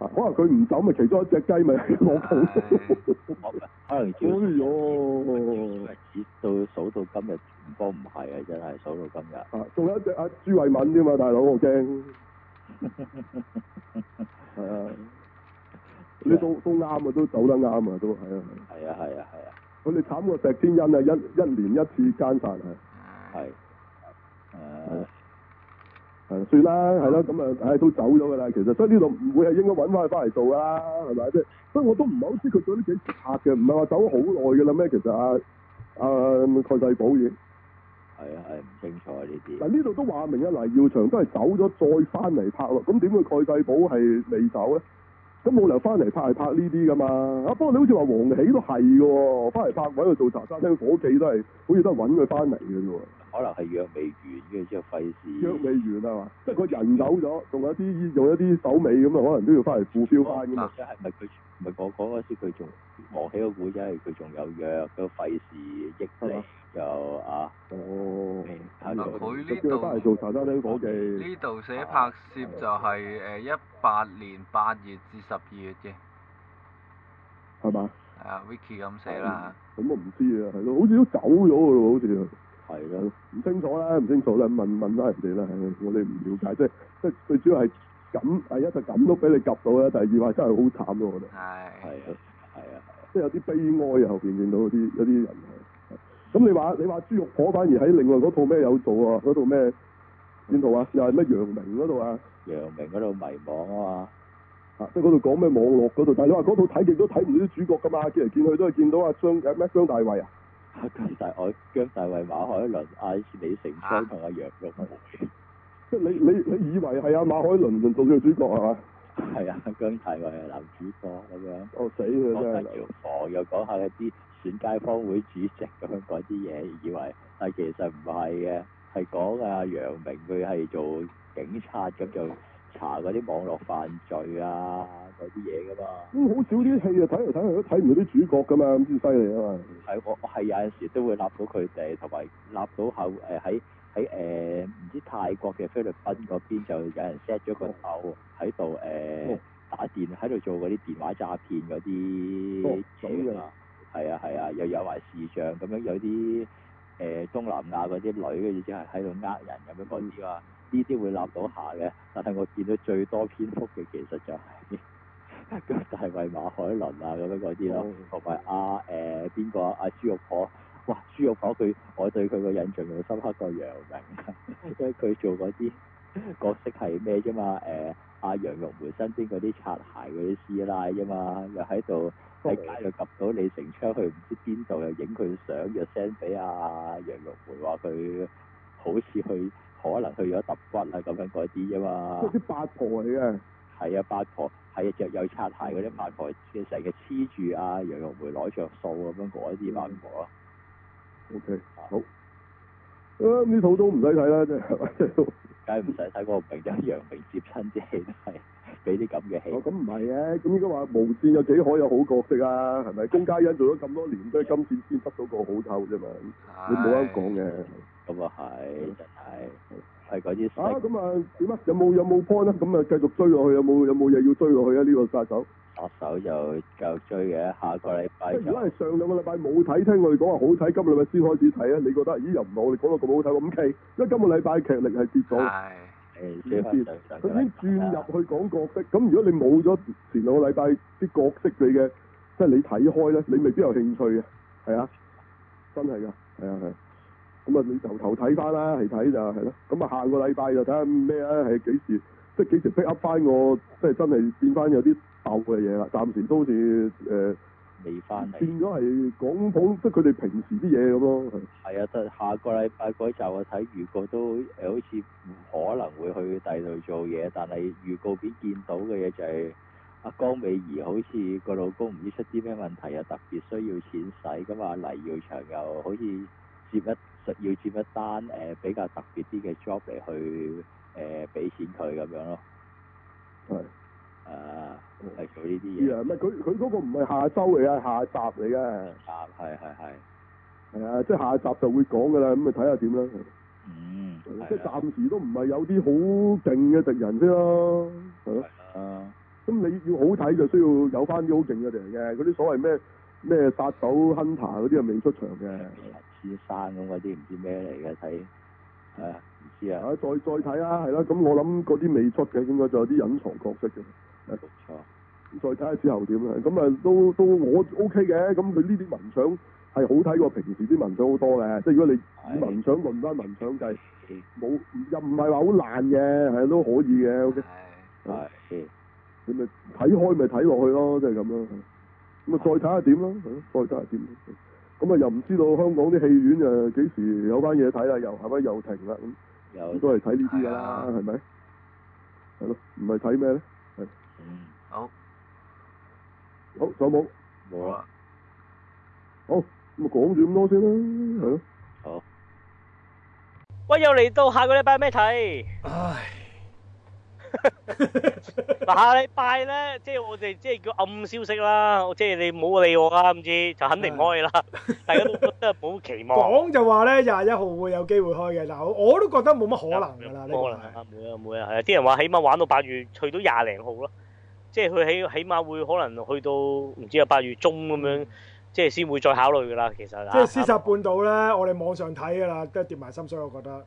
A: 啊可能佢唔走咪其中一隻雞咪落肚。
C: 可能
A: 哎
C: 照
A: 呦！
C: 指到數到今日，唔幫唔係啊，真係數到今日
A: 啊，仲有一隻阿朱慧敏添嘛，啊大佬我驚。係啊，你都都啱啊，都走得啱啊，都係啊。
C: 係啊係啊係啊
B: 嗯
A: 佢哋慘過石天恩啊，一一年一次奸殺啊，
B: 係
C: 係
A: 係啊算啦，係啦，咁啊，唉，都走咗㗎啦。其實，所以呢度唔會係應該揾翻佢翻嚟做㗎啦，係咪？即係，所以我都唔係好知佢做啲幾時拍嘅，唔係話走咗好耐㗎啦咩？其實啊啊蓋世寶已經
C: 係啊，係唔清楚啊呢
A: 嗱
C: 啲。
A: 呢度都話明啊，黎耀祥都係走咗再翻嚟拍咯。咁點會蓋世寶係未走咧？咁冇理由翻嚟拍係拍呢啲㗎嘛。啊，不過你好似話黃喜都係㗎喎，翻嚟拍揾佢做茶餐廳伙計都係，好似都係揾佢翻嚟嘅啫喎。
C: 可能係約未完，跟住之後費
A: 約
C: 事。
A: 未完啊嘛，即係個人走咗，仲有啲仲有啲手尾咁啊，可能都要翻嚟付標翻㗎嘛。
C: 即係咪佢唔係我講嗰時佢仲黃起個古仔係佢仲有約，咁費事益你就啊。
A: 哦，
C: 睇
B: 嗱
C: 住
B: 佢呢
A: 就叫佢翻嚟做茶餐廳伙計。
B: 呢度寫拍攝就係誒一八年八月至十二月嘅，
A: 係嘛？
B: 啊 Vicky 咁寫啦
A: 咁我唔知啊，係咯，好似都走咗㗎咯，好似
C: 係咯，
A: 唔清楚啦，唔清楚啦，問問翻人哋啦，唉我哋唔了解，即係即係最主要係咁，第一就咁都俾你及到啦，第二話真係好慘咯，我覺得，
B: 嚇，係
C: 係啊，係啊，
A: 即係有啲悲哀啊，後邊見到啲有啲人係。咁你話你話豬肉婆反而喺另外嗰套咩有做啊？嗰套咩邊套啊？又係咩楊明嗰度啊？
C: 楊明嗰度迷惘啊嘛。
A: 啊！即係嗰度講咩網絡嗰度，但係你話嗰度睇極都睇唔到啲主角噶嘛，見嚟見去都係見到阿張誒咩張大衛啊，
C: 姜大我姜大衛、馬海倫、阿李成
A: 啊
C: 昌同阿楊玉梅，
A: 即係你你你以為係阿馬海倫做佢主角係嘛？
C: 係啊，姜大衛係男主角咁樣。
A: 哦死佢
C: 講
A: 真
C: 緊
A: 係！
C: 搖房，又講下嗰啲選街坊會主席咁樣嗰啲嘢，以為但其實唔係嘅，係講啊楊明佢係做警察咁就查嗰啲網絡犯罪啊嗰啲嘢噶嘛。
A: 咁好少啲戲啊，睇嚟睇去都睇唔到啲主角噶嘛，咁先犀利啊嘛！
C: 係我我係有陣時都會立到佢哋，同埋立到後誒喺喺誒唔知泰國嘅菲律賓嗰邊就有人 set 咗個頭喺度誒
A: 哦
C: 打電喺度做嗰啲電話詐騙嗰啲
A: 哦
C: 嘢
A: 咁
C: 㗎
A: 嘅
C: 嘛，係啊係啊，又有埋視像咁樣有啲誒、呃東南亞嗰啲女跟住之後喺度呃人咁樣嗰
A: 嗯
C: 啲啊，呢啲會立到下嘅，但係我見到最多篇幅嘅其實就係、 咁大衛馬海倫啊咁樣嗰啲咯
A: 哦，
C: 同埋阿誒邊個啊阿豬肉婆，哇豬肉婆佢我對佢個印象仲深刻過楊明，啊因為佢做嗰啲角色係咩啫嘛誒。阿楊玉梅身邊嗰啲擦鞋嗰啲師奶啫嘛，又喺度喺街度及到李成昌去唔知邊度，又影佢相，又 send 俾阿楊玉梅話佢好似去可能去咗揼骨啊咁樣嗰啲啫嘛
A: 即係。啲八婆嚟嘅，
C: 係啊，八婆係啊，着有擦鞋嗰啲八婆，成日黐住阿楊玉梅攞着數咁樣嗰
A: 嗯
C: 啲八婆咯。
A: O K，好。啊！呢套都唔使睇啦，真係。
C: 梗係唔使睇，我唔明點解楊明接親啲戲都係俾啲咁嘅戲。
A: 哦，咁唔係嘅，咁應該話無線有幾可有好角色啊？係咪？龔嘉欣做咗咁多年，都係今次先執到個好頭啫嘛。你冇得講嘅。
C: 咁啊係，真係係嗰啲
A: 啊，
C: 細
A: 咁啊點啊？有冇有冇 point 啊？咁啊繼續追落去，有冇有冇嘢要追落去啊？呢、個殺手，
C: 殺手就繼續追嘅，下個禮
A: 即
C: 拜
A: 係如
C: 就
A: 果係上兩個禮拜冇睇，聽我哋講話好睇，今個禮拜先開始睇啊？你覺得咦又唔係我哋講到咁好睇咁奇？因為今個禮拜劇力係跌咗，
B: 係
C: 誒追翻上上個
A: 佢已
C: 禮
A: 經
C: 拜
A: 轉
C: 啦
A: 入去講角色。咁如果你冇咗前兩個禮拜啲角色你嘅，即係你睇開咧，你未必有興趣嘅，係啊，真係㗎，係啊係啊。咁啊，你由頭睇翻啦，係睇就係咯。咁啊，下個禮拜就睇下咩啊，係幾時即係幾時 pick up 翻我，即係真係變翻有啲鬥嘅嘢啦。暫時都好似誒、呃
C: 未翻嚟。
A: 變咗係講普，即係佢哋平時啲嘢咁咯。係
C: 係啊，但下個禮拜嗰集我睇預告都誒、好似唔可能會去第二度做嘢，但係預告片見到嘅嘢就係、阿江美儀好似個老公唔知出啲咩問題啊，特別需要錢使咁啊，黎耀祥又好似接一要接一單誒、比較特別啲嘅 job 嚟去誒俾、錢佢咁樣咯，
A: 係
C: 啊係做呢啲
A: 知
C: 嘢，
A: 啊，唔係佢佢嗰個唔係下週嚟嘅，係下集嚟嘅。
C: 啊係係係，
A: 係啊，即係下集就會講㗎啦，咁咪睇下點啦。
C: 嗯
A: 即係
C: 係啊
A: 暫時都唔係有啲好勁嘅敵人先咯，係咯。
C: 係啊。
A: 咁你要好睇就需要有翻啲好勁嘅敵人嘅，嗰啲所謂咩咩殺手 hunter 嗰啲係未出場嘅。
C: 先生咁嗰呃啲唔知咩嚟嘅睇，係啊唔知
A: 啊
C: 啊，，
A: 再再睇啦，係啦。咁我諗嗰啲未出嘅應該仲有啲隱藏角色嘅。
C: 冇錯，
A: 再睇下之後點啦。咁啊，都都我 OK 嘅。咁佢呢啲文章係好睇過平時啲文章好多嘅。即係如果你以文章論翻文章計，冇又唔係話好爛嘅，係都可以嘅。OK，
B: 係
C: 係
A: 你咪睇開咪睇落去咯，即係咁咯。咁啊，再睇下點咯，係咯再睇下點咯。咁啊，又唔知道香港啲戲院誒幾時有班嘢睇啦，又係咪又停啦？咁
C: 有
A: 咁啊都係睇呢啲㗎啦，
B: 係
A: 係咪？係咯，唔係睇咩咧？
C: 嗯
B: 好
A: 好，啊仲有冇？
C: 冇啊啦，
A: 好，咁啊講住咁多先啦，係咯。
C: 好
D: 喂，又嚟到下個禮拜咩 睇？
E: 唉，
D: 嗱，下禮拜咧，即係我哋即係叫暗消息啦，即係你唔好理我啦，唔知就肯定唔開啦。 大家都覺得冇期望，
E: 講就話咧廿一號會有機會開嘅，嗱我我都覺得冇乜 可能㗎啦，呢個
D: 冇可能
E: 係
D: 啊，冇啊冇啊，係啊！啲人話起碼玩到八月，去到廿零號咯，即係佢起起碼會可能去到唔知啊八月中咁樣，即係先會再考慮噶啦。其實
E: 嗯即係
D: 啊
E: 屍殺半島咧，我哋網上睇㗎啦，都係跌埋心水，我覺得。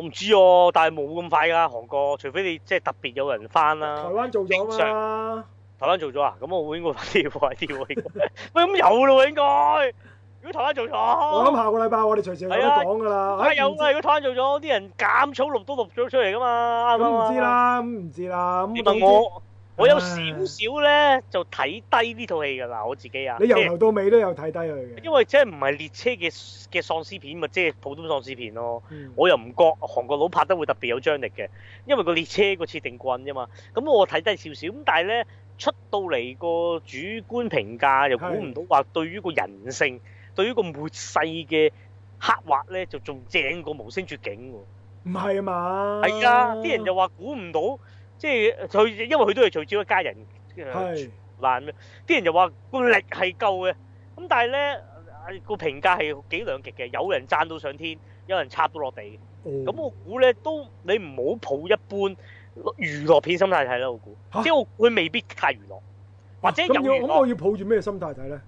D: 我唔知哦，但係冇咁快㗎，韓國，除非你即係特別有人翻
E: 台
D: 啦。
E: 灣做咗嘛？
D: 台灣做咗啊，咁我應該快啲喎，快啲喎應該。 喂，咁有咯喎應該。如果台灣做咗，
E: 我諗下個禮拜我哋隨時有得講㗎啦。
D: 啊
E: 唉
D: 有
E: 唔知
D: 啊！如果台灣做咗，啲人減草錄都錄咗出嚟噶嘛，啱
E: 咁
D: 啱
E: 唔知。啦，咁唔知啦。咁
D: 你
E: 總
D: 問
E: 之
D: 我，我有
E: 唉
D: 少少咧就睇低呢套戲㗎啦，我自己啊。
E: 你
D: 即
E: 由
D: 係
E: 頭到尾都有睇低佢嘅。
D: 因為即係唔係列車嘅嘅喪屍片，咪即係普通喪屍片咯。
E: 嗯
D: 我又唔覺韓國佬拍得會特別有張力嘅，因為個列車個設定棍啫嘛。咁我睇低少少，咁但係咧出到嚟個主觀評價又估唔到話對於個人性、對於個末世嘅刻畫咧，就仲正過無聲絕境喎。
E: 唔係啊嘛。
D: 係啊，啲人就話估唔到，即係佢因為佢都係聚焦一家人誒
E: 係
D: 難嘅，啲人就話個力係夠嘅，咁但係咧個評價係幾兩極嘅，有人讚到上天，有人插到落地嘅。咁我估咧都你唔好抱一般娛樂片心態睇啦，我估，
E: 嚇啊
D: 即係我估佢未必太娛樂，或者有
E: 咁要
D: 娛
E: 咁
D: 樂，
E: 我要抱住咩心態睇咧？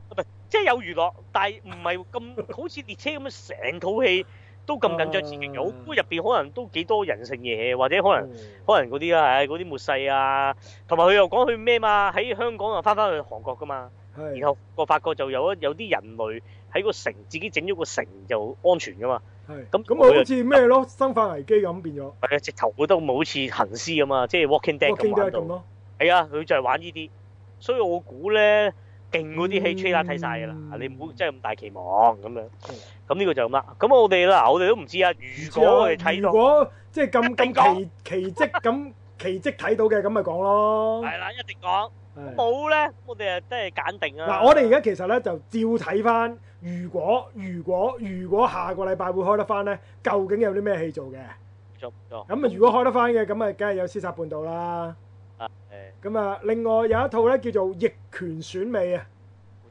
D: 即係有娛樂，但係唔係咁好似列車咁樣成套戲都咁緊張刺激嘅，我估入邊可能都幾多人性嘢，或者可能。可能嗰啲啦，唉，嗰啲末世啊，同埋佢又講佢咩嘛，喺香港又翻返去韓國噶嘛，然
E: 係
D: 後個發覺就有一有啲人類喺個城自己整咗個城就安全噶嘛，
E: 係
D: 咁
E: 咁
D: 我
E: 我
D: 又
E: 好似咩咯？生化危機咁變咗
D: 係啊，直頭覺得冇好似行屍咁啊，即係 Walking Dead 咁
E: ，Walking
D: 玩
E: Dead
D: 到
E: 咁。咯。
D: 係啊，佢就係玩呢啲，所以我估咧勁嗰啲戲 trailer 睇晒㗎啦，
E: 嗯
D: 你唔好真係咁大期望咁樣
E: 嗯。
D: 咁呢個就咁啦。咁我哋啦，我哋都唔知啊。如果我哋睇
E: 如
D: 到，
E: 果即係咁
D: 一定講
E: 咁奇奇蹟咁 奇蹟睇到嘅，咁咪講咯。
D: 係啦，一定講
E: 係
D: 冇咧，我哋啊真係揀定啊。
E: 嗱，我哋而家其實咧就照睇翻，如果如果如果下個禮拜會開得翻咧，究竟有啲咩戲做嘅？
D: 做做
E: 咁啊，如果開得翻嘅，咁啊，梗係有《屍殺半島》啦。
D: 啊誒，
E: 咁啊，另外有一套咧叫做《逆權選美》啊，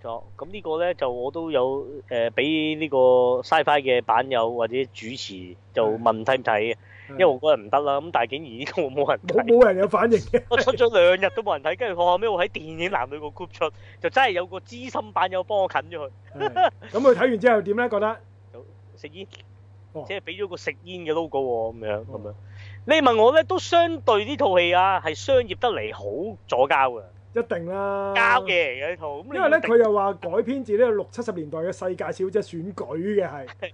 D: 冇錯。咁呢個咧就我都有誒俾呢個 Sci-Fi 嘅版友或者主持就問睇唔睇嘅，因為我覺得唔得啦。咁但係竟然呢個冇人
E: 冇
D: 睇。
E: 冇人有反 應嘅。
D: 我出咗兩日都冇人睇，跟住後尾我喺電影男女個 group 出，就真係有個資深版友幫我啃咗佢
E: 係咁佢睇完之後點咧？覺得
D: 食煙，
E: 哦
D: 即係俾咗個食煙嘅 logo 喎，咁樣咁樣。你問我咧，都相對呢套戲啊，係商業得嚟好左交嘅，
E: 一定啦。
D: 交嘅嚟嘅呢套。咁你
E: 啊因為咧
D: 一定
E: 佢又話改編自呢個六七十年代嘅世界小姐選舉嘅係
D: 係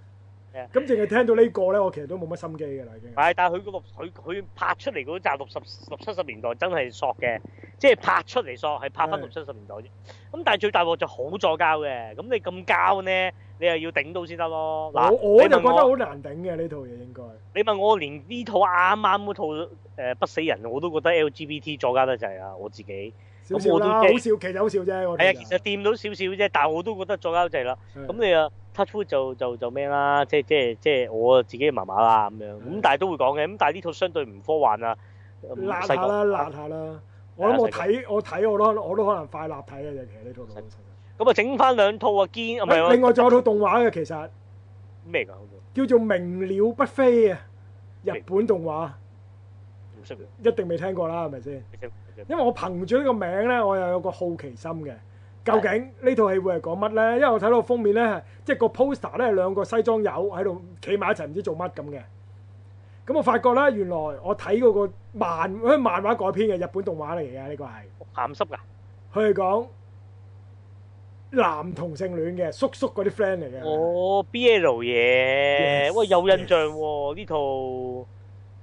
D: 啊。
E: 咁淨係聽到呢個咧，我其實都冇乜心機嘅啦，已經
D: 唔。係，但係佢個六佢佢拍出嚟嗰集六十六七十年代真係索嘅，即係拍出嚟索係拍翻
E: 係
D: 六七十年代啫。咁但係最大鑊就好左交嘅，咁你咁交呢，你又要頂到先得咯。嗱，
E: 我我
D: 你
E: 就
D: 問
E: 覺得好難頂嘅呢套嘢應該。
D: 你問我連呢套啱啱嗰套誒、呃不死人我都覺得 LGBT 作家得滯啊，我自己
E: 少少啦，
D: 咁
E: 好
D: 我都
E: 笑，
D: 驚
E: 其實好笑啫。我
D: 係
E: 哋
D: 啊，其實掂到少少啫，但係我都覺得作家得滯啦。
E: 係
D: 咁你啊 touch wood 就就就咩啦，即係即係即係我自己麻麻啦咁樣，咁
E: 係
D: 但係都會講嘅。咁但係呢套相對唔科幻啊，唔
E: 辣
D: 細
E: 下
D: 個啊
E: 啦，辣下啦。我諗我睇我睇我都我都可能快立睇嘅啫，其實呢套老實
D: 咁啊整翻兩套啊堅啊唔
E: 講。另
D: 係
E: 外仲有套動畫嘅，其實
D: 咩㗎？唔
E: 叫做《鳴鳥不飛》啊，日本動畫，
D: 識㗎
E: 一定未聽過啦，係咪先？
D: 唔識㗎
E: 因為我憑住呢個名咧，我又有個好奇心嘅。究竟呢套戲會係講乜咧？因為我睇到封面咧，係即係個 poster 咧係兩個西裝友喺度企埋一齊，唔知做乜咁嘅。咁我發覺咧，原來我睇嗰個漫，因為漫畫啊改編嘅日本動畫嚟嘅呢個係。
D: 鹹濕㗎，
E: 佢係講男同性戀嘅叔叔嗰啲 friend 嚟嘅。
D: 哦，BL 嘢，
E: Yes，
D: 喂有印象喎呢套，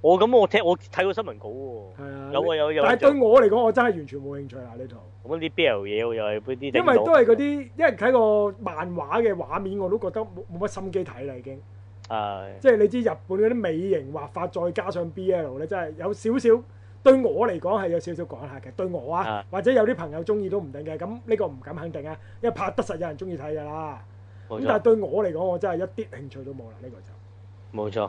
D: 我咁我聽我睇過新聞稿喎，
E: 係啊，
D: 有啊有啊有啊
E: 但係對我嚟講，我真係完全冇興趣啊啦呢套，
D: 咁啲 BL 嘢我又係嗰啲頂
E: 因為
D: 到
E: 都係嗰啲，因為睇個漫畫嘅畫面，我都覺得冇冇乜心機睇啦已經。
D: 係
E: 即係你知日本嗰啲美型畫法，再加上 BL 咧，真係有少少對我嚟講係有少少趕客嘅。對我啊
D: 啊，
E: 或者有啲朋友中意都唔定嘅，咁呢個唔敢肯定啊，因為拍得實有人中意睇㗎啦。
D: 冇
E: 咁但係
D: 錯
E: 對我嚟講，我真係一啲興趣都冇啦，呢、個就。
D: 冇錯，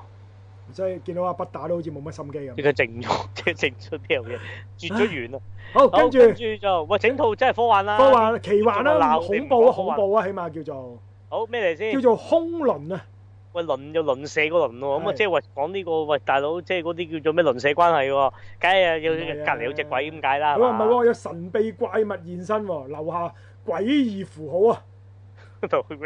E: 所以見到阿北打都好似冇乜心機
D: 呢
E: 咁。
D: 個靜咗， 即係靜咗 BL 嘢，絕咗完啦。
E: 好，
D: 好
E: 跟住
D: 跟住就喂整套真係科幻啊啦，
E: 科幻、奇幻啦、
D: 鬧你
E: 恐怖啊、
D: 唔講
E: 恐
D: 科幻
E: 怖啊，起碼叫做
D: 好咩嚟先
E: 叫？做空輪啊，
D: 喂，輪就輪射個輪喎，咁啊，
E: 係
D: 即係話講呢個喂大佬，即係嗰啲叫做咩輪射關係喎，梗係啊有
E: 係啊
D: 隔離有隻鬼咁解啦，
E: 佢話唔係
D: 係嘛？
E: 喎，有神秘怪物現身喎，留下詭異符號啊！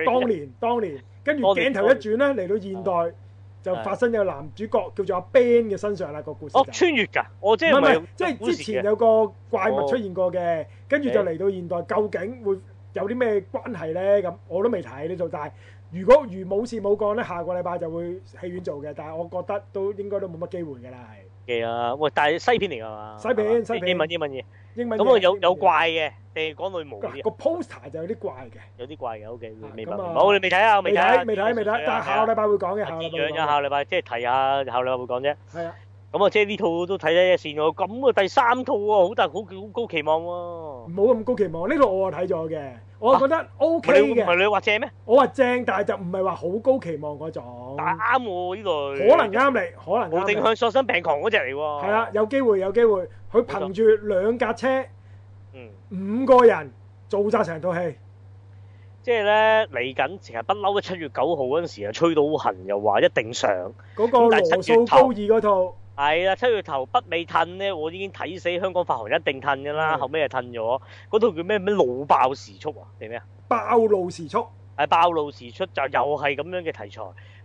E: 當年當年，跟住
D: 當
E: 鏡
D: 年
E: 頭一轉咧，嚟到
D: À.
E: 現代就
D: 係
E: 發生有男主角叫做阿 Ben 嘅身上啦個故事就。
D: 哦穿越㗎，我即
E: 唔
D: 係
E: 係唔係
D: 係，
E: 即係
D: 古
E: 之
D: 時
E: 前
D: 嘅
E: 有個怪物出現過嘅，跟住就
D: 哦
E: 嚟到現代，究竟會有啲咩關係咧？咁我都未睇呢度，但係如果如冇事冇講咧，下個禮拜就會戲院做嘅，但係我覺得都應該都冇乜機會㗎啦，係
D: 嘅啊，喂，但係西片嚟㗎嘛？
E: 西片
D: 係嘛
E: 西片
D: 英文英文嘢，
E: 英文嘅。
D: 咁啊有有怪嘅，定係講女巫嗰啲
E: 個
D: 啊？
E: poster 就有啲怪嘅，
D: 有啲怪嘅，OK，
E: 啊
D: 未明
E: 咁啊
D: 冇你未睇啊，
E: 未睇
D: 啊
E: 未睇未睇，但係下個禮拜會講嘅，下個
D: 見
E: 禮拜
D: 樣
E: 會
D: 咗下
E: 講嘅
D: 個禮拜，即係提下下個禮拜會講啫。
E: 係啊，
D: 咁啊，即係呢套都睇得一線喎。咁啊，第三套喎，好大好好高期望喎
E: 唔。好咁高期望。呢度我睇咗嘅，我覺得 OK
D: 啊唔係你唔
E: 嘅，
D: 係你話正咩？
E: 我話正，但係就唔係話好高期望嗰種。
D: 但係啱我呢
E: 可
D: 類，
E: 能啱你，可能啱
D: 無
E: 你
D: 定。向喪心病狂嗰只嚟喎。
E: 係啊啦，，有機會有機會，佢憑住兩架車
D: 嗯，
E: 五個人做晒成套戲，
D: 即係咧嚟緊，成日不嬲都七月九號嗰陣時啊，吹到好痕，又話一定上。
E: 嗰、個
D: 但係
E: 羅
D: 七月
E: 素
D: 頭
E: 高爾嗰套
D: 係啦，七月頭北美褪咧，我已經睇死香港發行一定褪㗎啦，
E: 嗯
D: 後尾又褪咗。嗰套叫咩咩怒爆時速啊，定咩啊？
E: 爆露時速，
D: 係爆露時出就又係咁樣嘅題材，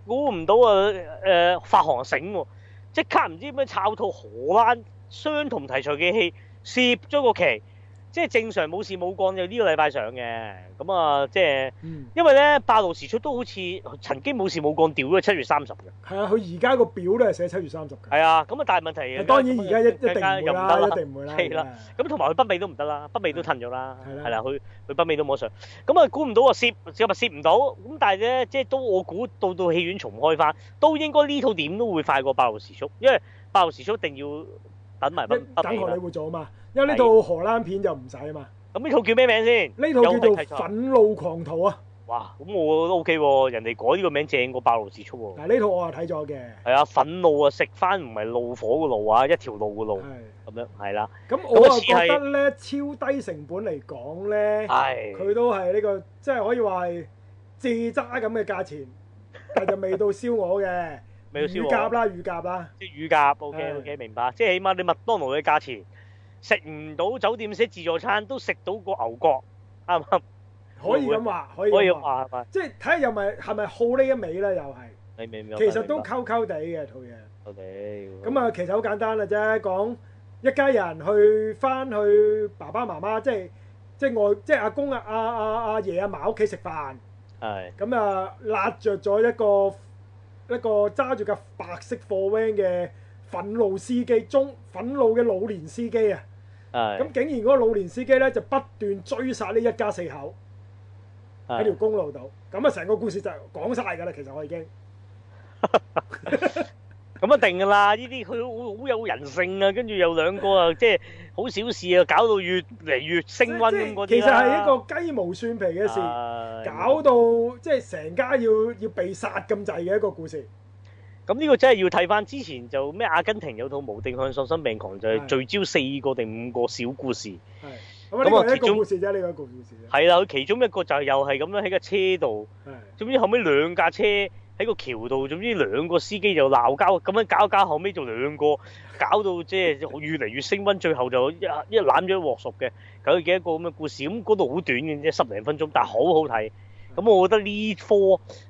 D: 估唔到啊！誒、發行醒喎、即刻唔知點樣炒套荷蘭相同題材嘅戲，攝咗個期，即係正常冇事冇幹就呢個禮拜上嘅，咁啊即係
E: 嗯，
D: 因為咧爆露時出都好似曾經冇事冇幹掉咗七月三十嘅，
E: 係啊，佢而家個表都係寫七月三十嘅，
D: 係啊，咁啊但係問題係
E: 當然而家一一定唔
D: 又
E: 會
D: 唔
E: 啦，
D: 得啦
E: 一。定唔會啦，
D: 係啦咁同埋去北美都唔得啦，北美都褪咗啦，
E: 係啦
D: 係啦，去去北美都冇得上。咁啊，估唔到啊，攝又咪攝唔到。咁但係咧，即係都我估到到戲院重開翻，都應該呢套點都會快過《爆露時速》，因為《爆露時速》一定要等埋北
E: 一
D: 北
E: 等
D: 美
E: 荷
D: 啦
E: 里。活做啊嘛，因為呢套荷蘭片就唔使啊嘛，
D: 咁呢套叫咩名先？
E: 呢套叫做
D: 有係
E: 《
D: 題材
E: 憤怒狂徒》啊，
D: 哇！咁我都 OK 喎，人哋改呢個名正過《爆露時速》喎。
E: 嗱呢套我係睇咗嘅，
D: 係啊，憤怒啊，食翻唔係怒火嘅怒啊，一條路嘅路
E: 係，
D: 咁樣係啦，
E: 咁我啊
D: 似
E: 覺
D: 係
E: 得咧超低成本嚟講咧。
D: 係
E: 佢都係呢、個，即係可以話係借渣咁嘅價錢，但就未到燒鵝嘅，
D: 未到燒鵝
E: 乳鴿啦，乳鴿啦，
D: 即係乳鴿
E: 係
D: ，OK OK，明白。即係起碼你麥當勞嘅價錢，食唔到酒店式自助餐，都食到個牛角，啱唔啱？
E: 可以咁話，可以
D: 可以
E: 咁話，
D: 話係咪？
E: 即係睇下又咪係咪好呢一味啦，又係，
D: 你明唔明白？
E: 其實都溝溝地嘅套嘢。
D: 我哋
E: 咁啊，，其實好簡單嘅啫，講一家人去翻去爸爸媽媽，即係即係外，即係阿公啊、阿阿阿爺阿嫲屋企食飯。
D: 係
E: 咁啊，辣着咗一個一個揸住架白色貨 van 嘅憤怒司機，中憤怒嘅老年司機啊！
D: 係
E: 咁竟然嗰個老年司機咧就不斷追殺呢一家四口喺條
D: 係
E: 公路度，咁啊成個故事就講晒㗎啦，其實我已經
D: 咁一定㗎啦！呢啲佢好好有人性啊，跟住有兩個啊，即係好小事啊，搞到越嚟越升溫咁嗰啲啦啊
E: 即係其實係一個雞毛蒜皮嘅事，
D: 係
E: 搞到即係成家要要被殺咁滯嘅一個故事。
D: 咁呢個真係要睇翻之前就咩阿根廷有套無定向喪心病狂，就
E: 係
D: 係聚焦四個定五個小故事。
E: 係咁啊，呢個係一
D: 其
E: 個
D: 中
E: 故事啫，呢個一個故事啫。
D: 係啦，佢其中一個就係又係咁樣喺架車度，
E: 係
D: 總之後尾兩架車喺個橋度，總之兩個司機就鬧交，咁樣搞一搞後尾就兩個搞到即係越嚟越升温，最後就一一攬咗一鑊熟嘅，咁嘅一個咁嘅故事，咁嗰度好短嘅啫，十零分鐘，但係好好睇。咁我覺得呢科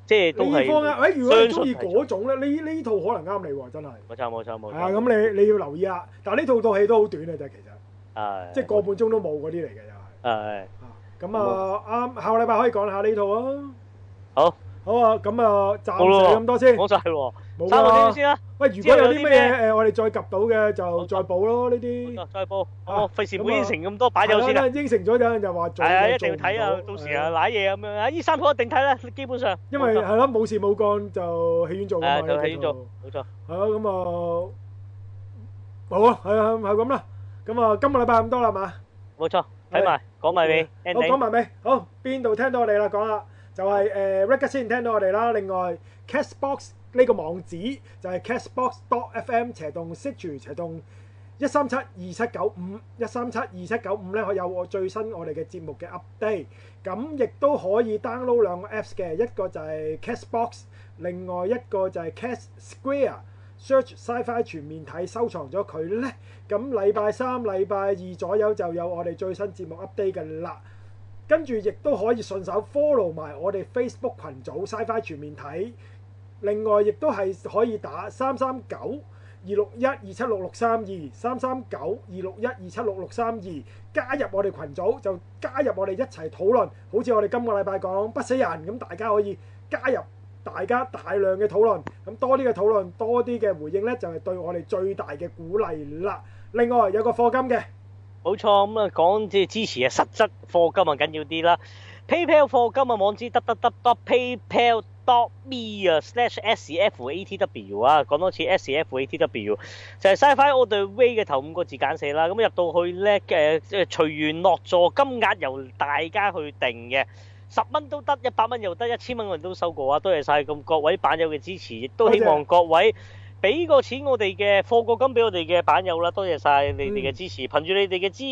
D: 即係都
E: 呢方啊，
D: 係
E: 誒，如果你
D: 相
E: 中意
D: 信題材
E: 嗰種咧，呢呢套可能啱你喎，真係。
D: 冇錯冇錯冇錯。
E: 係啊，咁你你要留意啦。但係呢套套戲都好短嘅啫，其實
D: 係
E: 即係個半鐘都冇嗰啲嚟嘅
D: 係
E: 又係。啊，咁啊，啱下個禮拜可以講下呢套啊。
D: 好。
E: 好啊，咁啊，暫
D: 好咯
E: 時咁多先。
D: 講晒喎，
E: 冇
D: 三個
E: 啊
D: 點。先啦，
E: 喂，如果有
D: 之後有
E: 啲
D: 啲
E: 咩
D: 咩
E: 誒，我哋再及到嘅就
D: 好
E: 再補咯。呢啲
D: 好再報，
E: 啊
D: 我費事
E: 咁啊
D: 每應承咁多擺咗先啦。
E: 係啦應承咗有人就話做，
D: 係啊，一定
E: 做
D: 要
E: 唔
D: 睇啊，到時啊，攋嘢咁樣啊，呢三套一定睇啦，基本上。
E: 因為
D: 冇錯
E: 係咯，冇事冇幹就戲院做㗎嘛
D: 係就
E: 呢
D: 戲院
E: 套
D: 做冇錯，
E: 係咯，咁啊，好啊，係啊，係咁啦。咁啊，今個禮拜咁多啦係嘛？
D: 冇錯，睇埋講埋你
E: 好講
D: ending，
E: 埋未？好，邊度聽到我哋啦？講啦，就係誒 Record 先聽到我哋啦。另外 Castbox 呢個網址就係 castbox.fm 斜洞 s i t u 斜洞一三七二七九五一三七二七九五咧，可以有我最新我哋嘅節目嘅 update。咁亦都可以 download 兩個 apps 嘅，一個就係 Castbox，另外一個就係 Cast Square。search Sci-Fi 全面睇收藏咗佢呢。咁禮拜三、禮拜二左右就有我哋最新節目 update 嘅啦。跟住亦都可以順手 follow 埋我哋 Facebook 群組 Sci-Fi 全面睇。另外亦都係可以打三三九二六一二七六六三二三三九二六一二七六六三二加入我哋群組，就加入我哋一齊討論。好似我哋今個禮拜講不死人咁，大家可以加入大家大量嘅討論，咁多啲嘅討論，多啲嘅回應呢，就係對我哋最大嘅鼓勵啦。另外有個課金嘅，
D: 冇錯咁啊，講即係支持啊，實質課金啊緊要啲啦。PayPal 課金啊，網址得得得得 PayPal dot me 啊 slash s f a t w 啊，講多次 s f a t w 就係 Sci-Fi All the Way 嘅頭五個字簡寫啦。咁入到去咧誒誒隨緣落座，金額由大家去定嘅。十蚊都得，一百蚊又得，一千蚊我哋都收過啊！多謝晒咁各位版友嘅支持，亦都希望各位俾個錢我哋嘅貨個金俾我哋嘅版友啦，多謝晒你哋嘅支持，憑住你哋嘅支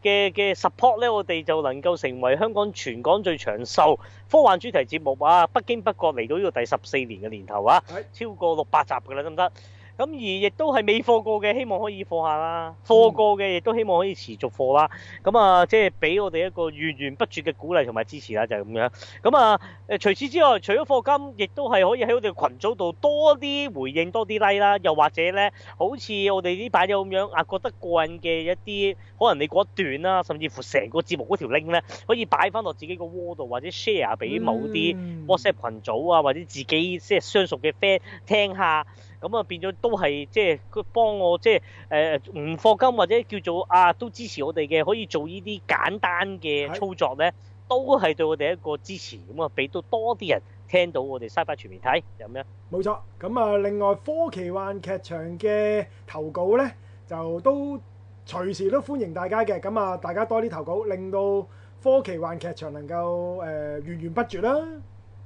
D: 嘅嘅 support 咧，我哋就能夠成為香港全港最長壽科幻主題節目啊！不經不覺嚟到呢個第十四年嘅年頭啊
E: 係，
D: 超過六百集㗎啦，得唔得？咁而亦都係未貨過嘅，希望可以貨下啦；貨過嘅亦都希望可以持續貨啦。咁啊，即係俾我哋一個源源不絕嘅鼓勵同埋支持啦，就係、咁樣。咁啊，誒除此之外，除咗課金，亦都係可以喺我哋群組度多啲回應，多啲 like 啦。又或者咧，好似我哋呢排友咁樣啊，覺得過癮嘅一啲，可能你嗰一段啦，啊甚至乎成個節目嗰條 link 咧，可以擺翻落自己個窩度，或者 share 俾某啲。
E: 嗯
D: WhatsApp 群組啊，或者自己即係相熟嘅 friend 聽下，咁啊變咗都係即係佢幫我即係誒唔課金或者叫做啊都支持我哋嘅，可以做呢啲簡單嘅
E: 係
D: 操作咧，都係對我哋一個支持，咁啊俾到多啲人聽到我哋 Sci-Fi 全面睇啊咁樣。
E: 冇錯，咁啊，另外科奇幻劇場嘅投稿呢，就都隨時都歡迎大家嘅。咁啊，大家多啲投稿，令到科奇幻劇場能夠誒、呃源源不絕啦。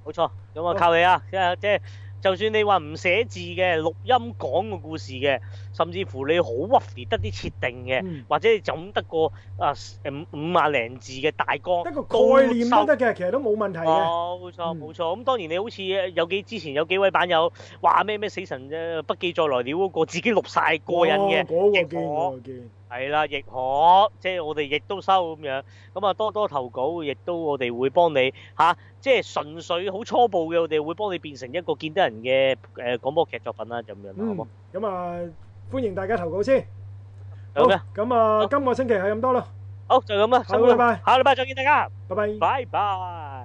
D: 冇錯，咁
E: 好
D: 啊靠你啊！即係即係，就算你話唔寫字嘅，錄音講個故事嘅，甚至乎你好 waffy 得啲設定嘅，
E: 嗯
D: 或者你就咁得個啊五五啊零字嘅大綱，
E: 得個概念
D: 收
E: 都得嘅，其實都冇問題嘅。
D: 哦，冇錯
E: 嗯
D: 冇錯，咁當然你好似呃有幾之前有幾位版友話咩咩死神啫，筆記再來了嗰個自己錄晒過癮嘅
E: 哦，嗰、
D: 亦
E: 個見，
D: 可
E: 嗰個見。
D: 係啦，亦可即係我哋亦都收咁樣，咁啊多多投稿，亦都我哋會幫你吓、即係純粹好初步嘅，我哋會幫你變成一個見得人嘅誒廣播劇作品啦，咁樣啦，好
E: 嗯
D: 冇？，
E: 咁啊，歡迎大家投稿先。好
D: 好嘅，，
E: 咁啊，
D: 好
E: 今個星期係咁多啦，
D: 好就咁啦，
E: 下個
D: 辛
E: 禮拜嗯
D: 苦啦下個禮拜再見大家，
E: 拜拜。
D: 拜拜。